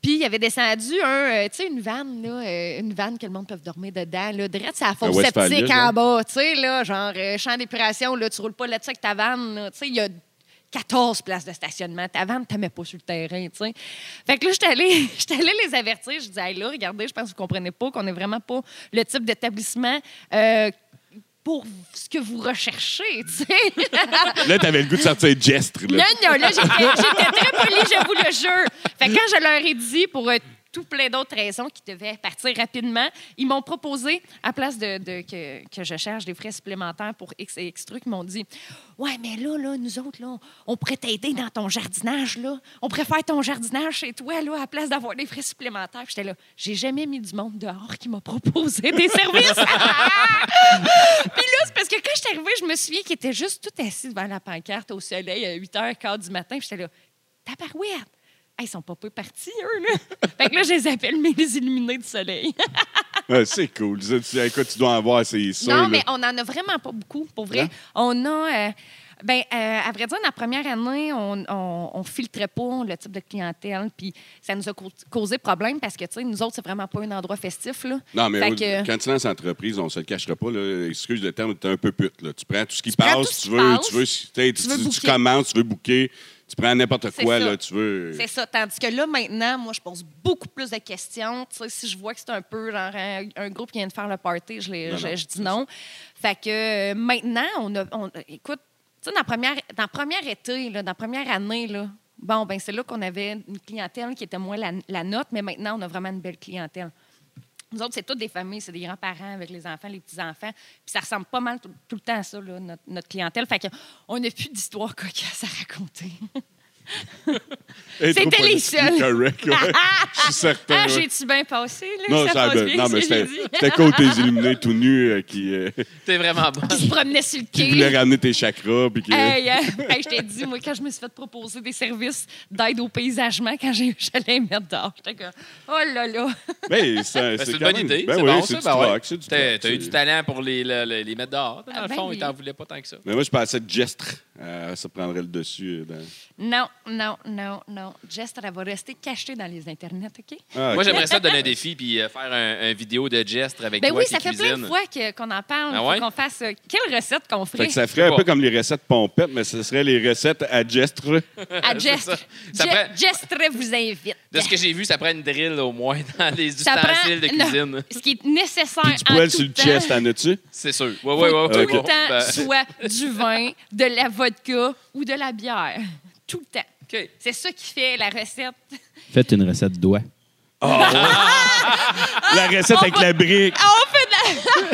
Puis, il avait descendu un, euh, tu sais, une vanne, là, euh, une vanne que le monde peut dormir dedans, là. Direct, c'est la fosse
Westphalia,
septique
genre.
en bas, tu sais, là, genre, euh, champ d'épuration, là, tu roules pas là-dessus avec ta vanne, là. tu sais, il y a 14 places de stationnement. Ta vanne, tu mets pas sur le terrain, tu sais. Fait que là, j'étais allée, j'étais allée les avertir. Je disais, Hey, là, regardez, je pense que vous comprenez pas qu'on est vraiment pas le type d'établissement euh, pour ce que vous recherchez, tu sais.
Là, tu avais le goût de sortir Gestre.
Non,
Là.
non, là, j'étais j'étais très polie, je vous le jure. Fait que quand je leur ai dit, pour euh, tout plein d'autres raisons, qu'ils devaient partir rapidement, ils m'ont proposé, à place de, de- que, que je cherche des frais supplémentaires pour X et X trucs, ils m'ont dit Ouais, mais là, là, nous autres, là, on pourrait t'aider dans ton jardinage, là. On pourrait faire ton jardinage chez toi, là, à place d'avoir des frais supplémentaires. Puis J'étais là, j'ai jamais mis du monde dehors qui m'a proposé des services. Puis là, c'est parce que quand je suis arrivée, je me souviens qu'il était juste tout assis devant la pancarte au soleil à 8h15 du matin. Puis J'étais là, tabarouette! Hey, ils sont pas peu partis, eux, là. fait que là, je les appelle mes illuminés du soleil.
Ouais, Ah, c'est cool. Ça, tu- Écoute, tu dois en voir, c'est sûr.
non,
là.
mais on en a vraiment pas beaucoup, pour vrai.
Hein?
On a... euh, ben, euh, à vrai dire, la première année, on, on, on filtrait pas le type de clientèle, puis ça nous a cau- causé problème parce que, tu sais, nous autres, c'est vraiment pas un endroit festif, là.
Non, mais
Fait
au-
que-
quand tu lances entreprise, on se le cachera pas. Là, excuse le terme, tu es un peu pute. Là. Tu prends tout ce qui
prends
passe,
tout ce
tu,
qui
veux,
passe,
tu veux, tu, sais, tu-
veux
tu- tu
booker.
commences, tu veux booker, tu prends n'importe
C'est
quoi,
ça.
là, tu veux.
C'est ça. Tandis que là, maintenant, moi, je pose beaucoup plus de questions. Tu sais, si je vois que c'est un peu genre un, un groupe qui vient de faire le party, je, les-
Non,
je-
non,
je dis non. Fait que euh, maintenant, on a. on- écoute, tu sais, dans la première, dans la première été, là, dans la première année, là, bon, ben c'est là qu'on avait une clientèle qui était moins la, la nôtre, mais maintenant, on a vraiment une belle clientèle. Nous autres, c'est toutes des familles, c'est des grands-parents avec les enfants, les petits-enfants. Puis ça ressemble pas mal tout, tout le temps à ça, là, notre, notre clientèle. Fait qu'on n'a plus d'histoire cocasse à raconter.
Et trop
C'était les
politiquement
seuls.
correct, ouais. Je suis certain.
Ah,
ouais.
j'ai-tu bien passé, là?
Non,
ça
ça
passe
avait-
bien,
non,
ce
mais
que j'ai
c'était
dit.
c'était cool, tes illuminés tout nus euh, qui, euh,
T'es vraiment bon. Ben,
Qui se promenait sur le
qui voulaient
quai.
ramener tes chakras. Puis qui,
Hey, hein. Hey, je t'ai dit, moi, quand je me suis fait proposer des services d'aide au paysagement, quand j'ai- j'allais mettre dehors, j'étais comme, oh là là.
Ben, ça-
Ben, c'est une
quand
bonne
même-
idée.
Ben
c'est
oui,
bon,
c'est
ça.
du
ben ouais.
troc, c'est du
T'as-
troc,
T'as eu
c'est-
du talent pour les, le- le- les mettre dehors. Dans
Ah,
le
ben
fond, ils
oui.
t'en voulaient pas tant que ça.
Mais moi, je pensais que gestre, euh, ça prendrait le dessus. euh, dans-
Non, non, non, non. Jess, elle va rester cachée dans les internets, OK?
Ah,
Moi,
ok.
j'aimerais ça te donner un défi puis euh, faire un, un vidéo de gestre avec
Ben
toi
oui,
qui
ça fait
cuisine.
plein de fois que- qu'on en parle.
Ah
Faut
ouais?
qu'on fasse euh, quelle recette qu'on
Fait
ferait
que ça ferait un
Bon.
peu comme les recettes pompettes, mais ce serait les recettes à gestre.
à Jess.
ça. Ça
Je-
prend-
Jess Trey vous invite.
De ce que j'ai vu, ça prend une drill au moins dans les
Ça prend
ustensiles de
non,
cuisine.
ce qui est nécessaire
Puis du
en
poil
tout
sur le
temps.
chest, en as-tu?
C'est sûr. Oui, oui,
Faut
oui.
tout le temps
Ben.
Ben,
soit du vin, de la vodka ou de la bière. Tout le temps.
OK.
C'est ça qui fait la recette.
Faites une recette doigt.
La recette avec la brique,
Ah, on fait de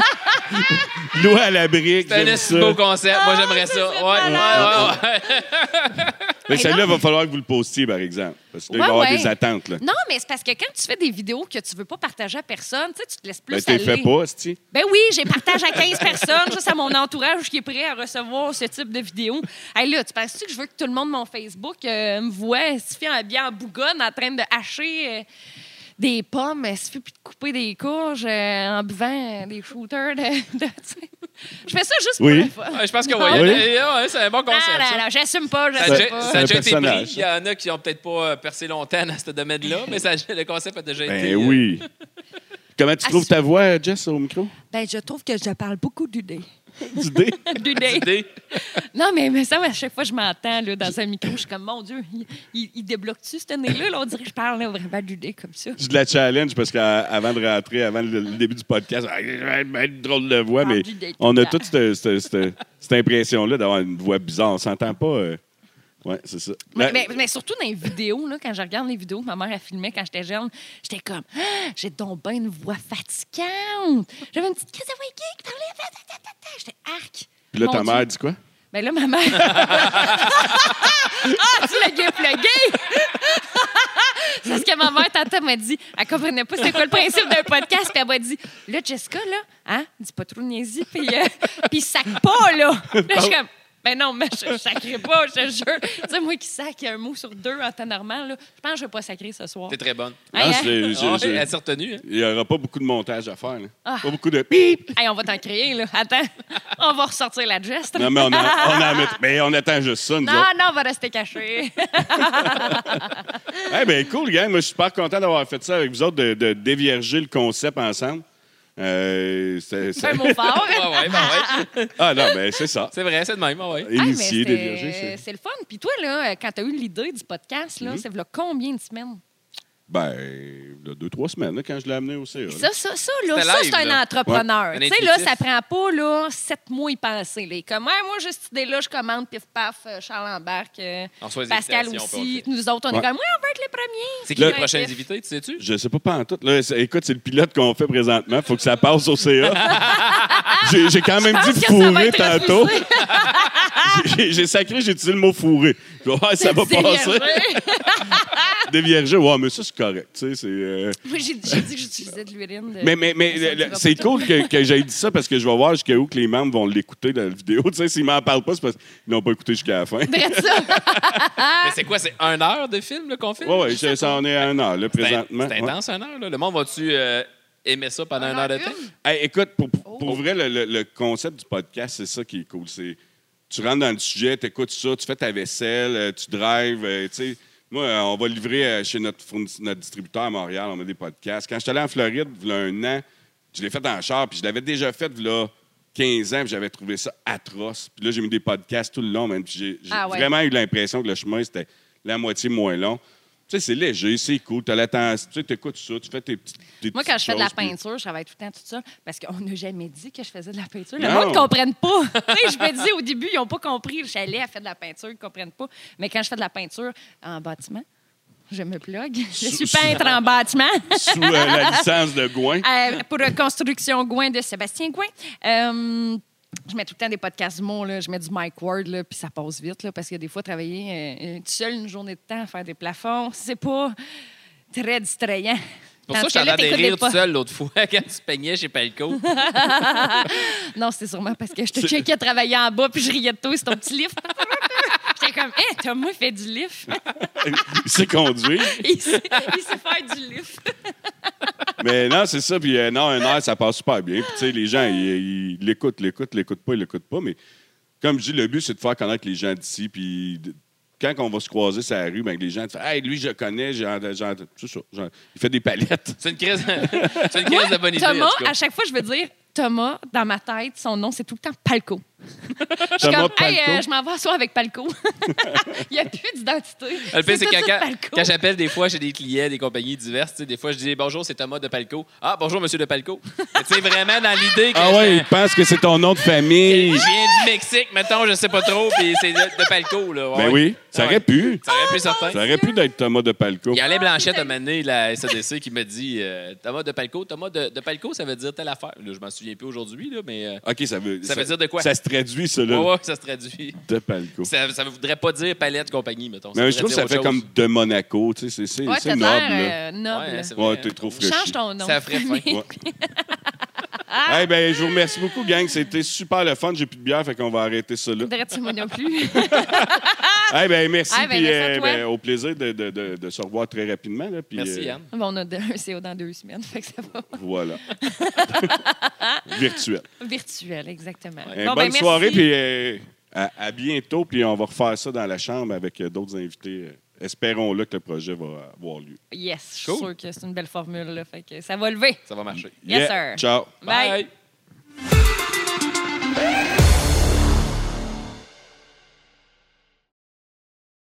la...
l'eau à la brique.
C'est un
j'aime
assez beau
ça.
concept. Moi, j'aimerais
Ah, ça,
ça.
c'est
Ouais, ouais, ouais, ouais.
Mais
Hey,
celle-là,
non,
va falloir que vous le postiez, par exemple. Parce que là, il va y
Ouais,
avoir
ouais.
des attentes. Là.
Non, mais c'est parce que quand tu fais des vidéos que tu veux pas partager à personne, tu sais, tu te laisses plus
Ben, t'es
aller.
fait pas, c'ti.
Ben oui, j'ai partage à 15 personnes, juste à mon entourage qui est prêt à recevoir ce type de vidéo. Hey là, tu penses-tu que je veux que tout le monde mon Facebook euh, me voit Sophie en bien en bougonne en train de hacher euh, des pommes, euh, Sophie, puis de couper des courges euh, en buvant euh, des shooters de, de- tu sais. Je fais ça juste pour
Oui.
le fun.
Ouais, Je pense que
Non.
oui.
Ah,
Eh,
Oui.
Ouais, ouais, C'est un bon
Non,
concept. ça.
non, non, j'assume pas,
Ça a
j'assume
déjà,
pas.
ça a
un
déjà été pris.
personnage.
Il y en a qui n'ont peut-être pas euh, percé longtemps dans ce domaine-là, mais ça, a- le concept a déjà été.
Ben
euh,
oui. Comment tu trouves ta voix, Jess, au micro?
Ben, je trouve que je parle beaucoup d'idées.
Du dé?
D'idées.
euh,
Non, mais, mais ça, à chaque fois que je m'entends là, dans un micro, je suis comme, mon Dieu, il, il- il débloque-tu cette année-là? Là, on dirait que je parle là, vraiment d'idées comme ça.
Je la challenge parce qu'avant de rentrer, avant le, le début du podcast, Ah, je vais mettre une drôle de voix,
Ah,
mais
du dé-
on a
Ah.
toute cette, cette- cette- cette impression-là d'avoir une voix bizarre. On s'entend pas. euh. Ouais, c'est ça. Ben,
Mais, mais- mais surtout dans les vidéos, là, quand je regarde les vidéos que ma mère a filmées quand j'étais jeune, j'étais comme Ah, j'ai donc ben une voix fatigante. J'avais une petite crise de voix aiguë qui parlait. ta, ta, ta, ta, ta. J'étais arc.
Puis là,
Mon
ta
Dieu.
mère dit quoi?
Mais là, ma mère. ah, tu l'as bien plugué! C'est parce que ma mère, tantôt, m'a dit, elle comprenait pas c'était quoi le principe d'un podcast, puis elle m'a dit, là, Jessica, là, hein, dis pas trop de niaisie, puis, euh, puis sac pas, là. Là, je suis comme, mais non, mais je, je sacrerai pas, je te jure. Tu sais, moi qui sac un mot sur deux en temps normal, là, je pense que je vais pas sacrer ce soir.
T'es très bonne.
Hey,
Non,
hein?
c'est-
Ah
je-
ouais,
je-
Elle s'est retenue. hein?
Il n'y aura pas beaucoup de montage à faire. là.
Ah.
Pas beaucoup de pip.
Hey, on va t'en créer, là. Attends, on va ressortir la geste.
Non, mais on, a, on, en met- mais on attend juste ça, nous
Non,
autres.
non, on va rester caché.
Eh bien, cool, gang. Moi, je suis super content d'avoir fait ça avec vous autres, de, de dévierger le concept ensemble. Euh, c'est- c'est-
un mot fort.
Ouais, ouais, ben ouais.
Ah non, mais c'est ça.
C'est vrai, c'est de même. ah ouais.
Ah, mais
Initier,
c'était-
dévierger. c'est-
C'est le fun. Puis toi, là, euh, quand tu as eu l'idée du podcast, là, ça v'là combien de semaines?
Ben, il y a deux, trois semaines, là, quand je l'ai amené au CA. là.
Ça, ça, ça, là,
C'était
ça,
live,
c'est un
là.
entrepreneur.
Ouais. Un
Tu sais, là, ça
intuitif.
prend pas, là, sept mois y penser. Là. Comme, Ouais, moi, j'ai cette idée-là, je commande, pif, paf, euh, Charles embarque, euh,
On reçoit des
Pascal
invitations,
aussi.
puis
Nous autres, on
Ouais.
est comme, ouais, on va être les premiers.
C'est qui
Le-
les prochains invités, tu sais-tu?
Je sais pas, pas en tout. Là, c'est- écoute, c'est le pilote qu'on fait présentement. faut que ça passe au CA. J'ai j'ai quand même
Je pense
dit
que ça va
fourré
être
tantôt.
refusé.
J'ai j'ai sacré, j'ai utilisé le mot fourré. Je vais voir si ça va
C'est
passer.
vrai.
Dévierger, ouais, mais ça, c'est correct. tu sais, c'est, euh,
Moi, j'ai j'ai dit que j'utilisais de l'urine. de-
Mais, mais, mais
Euh, Ça, tu
le-
vas
c'est
pas.
cool que, que j'aie dit ça parce que je vais voir jusqu'à où que les membres vont l'écouter dans la vidéo. Tu sais, s'ils m'en parlent pas, c'est parce qu'ils n'ont pas écouté jusqu'à la fin.
Bref, ça. Ah.
Mais c'est quoi? C'est une heure de film là, qu'on fait?
Ouais, ouais, ça, ça en est à un heure, là,
C'est in-
présentement.
C'est
Ouais.
intense, une heure. Là. Le monde va-tu euh, aimer ça
Ah,
pendant une heure de temps?
Hey, écoute, pour, pour-
Oh.
pour vrai, le, le- le concept du podcast, c'est ça qui est cool. C'est tu rentres dans le sujet, tu écoutes ça, tu fais ta vaisselle, euh, tu drives. euh, tu sais. moi, euh, on va livrer euh, chez notre, fourniss- notre distributeur à Montréal, on a des podcasts. Quand je suis allé en Floride, il y a un an, je l'ai fait en char, puis je l'avais déjà fait il y a 15 ans, puis j'avais trouvé ça atroce. Puis là, j'ai mis des podcasts tout le long, même. Puis j'ai j'ai
Ah ouais.
vraiment eu l'impression que le chemin, c'était la moitié moins long. Tu sais, c'est léger, c'est cool, t'as la tendance- tu écoutes ça, tu fais tes petites tes
Moi, quand
petites
je fais de la
choses, puis-
peinture, je travaille tout le temps toute seule parce qu'on n'a jamais dit que je faisais de la peinture. Le
Non.
monde ne comprenne pas. Tu sais, je me dis au début, ils n'ont pas compris. le chalet à faire de la peinture, ils ne comprennent pas. Mais quand je fais de la peinture en bâtiment, je me plug. Je suis
sous-
peintre en bâtiment
sous euh, la licence de Gouin.
Euh, pour la Construction Gouin de Sébastien Gouin. Euh, je mets tout le temps des podcasts d'humour, là. je mets du Mike Ward, là, puis ça passe vite, là, parce que des fois, travailler euh, euh, tout seul une journée de temps à faire des plafonds, c'est pas très distrayant.
Pour ça,
Tandis que
je
là,
t'entendais
t'écoutes des
rire
po-
tout seul l'autre fois quand tu peignais chez Palco.
Non, c'était sûrement parce que je te checkais travailler en bas puis je riais de toi, c'est ton petit livre. J'étais comme, hé, hey, Thomas fait du lift.
Il sait conduire.
Il sait, il sait faire du lift.
Mais non, c'est ça. Puis euh, non, un air, ça passe super bien. Puis tu sais, les gens, ils ils l'écoutent, l'écoutent, l'écoutent pas, ils l'écoutent pas. Mais comme je dis, le but, c'est de faire connaître les gens d'ici. Puis de- quand on va se croiser sur la rue, ben, les gens disent Hey, lui, je connais. j'en- j'en- c'est ça, j'en- il fait des palettes.
C'est une crise, c'est une crise de bonne idée.
Thomas,
en tout cas.
à chaque fois, je veux dire, Thomas, dans ma tête, son nom, c'est tout le temps Palco. Je suis
Thomas
comme, hey,
Palco.
euh, je m'en vais asseoir avec Palco. il n'y a plus d'identité.
Le pire, c'est
tout
quand,
ça,
quand,
Palco.
quand j'appelle des fois chez des clients, des compagnies diverses, tu sais, des fois je dis bonjour, c'est Thomas de Palco. Ah, bonjour, monsieur de Palco. Mais tu sais, vraiment dans l'idée que.
Ah ouais,
je-
il pense que c'est ton nom de
Je
famille.
viens du Mexique, mettons, je sais pas trop, puis c'est de, de Palco, là. Ouais.
Ben oui, ça
Ah
aurait
ouais.
pu.
Ça aurait pu, certain.
Ça aurait pu d'être Thomas de Palco.
Il y a Alain Blanchette un moment donné, la SADC, qui me dit euh, Thomas de Palco. Thomas de, de Palco, ça veut dire telle affaire. Là, je m'en souviens plus aujourd'hui, là, mais euh,
OK, ça veut,
Ça veut dire de quoi?
Ça se traduit, ça, là,
ouais, ouais, ça se traduit.
de Palco.
Ça, ça voudrait pas dire palette compagnie, mettons.
Mais je
voudrait
trouve que
dire
ça
autre
fait
chose.
comme de Monaco. Tu sais, c'est- c'est
Ouais,
c'est
t'as
noble. là.
l'air euh, noble.
Ouais, c'est vrai.
Ouais, t'es trop fraîchi.
Change ton nom.
Ça ferait fin.
Mais-
Ouais. Eh ben, je vous remercie beaucoup, gang. C'était super le fun. J'ai plus de bière, fait qu'on va arrêter ça là.
Drette, moi non plus.
Eh ben, merci.
Ah, ben,
puis,
merci à
euh,
toi.
ben, au plaisir de, de- de- de se revoir très rapidement. Là, puis, euh,
Merci, Yann.
Bon, on a de- un CO dans deux semaines, fait que ça va.
Voilà. Virtuel.
Virtuel, exactement.
Eh,
Bon, ben,
bonne
merci.
soirée, puis euh, à, à bientôt. Puis on va refaire ça dans la chambre avec euh, d'autres invités. euh, espérons-le que le projet va avoir lieu.
Yes, je suis
Cool.
sûre que c'est une belle formule. là. fait que ça va lever.
Ça va marcher.
Yes,
Yeah.
sir.
Ciao.
Bye.
Bye.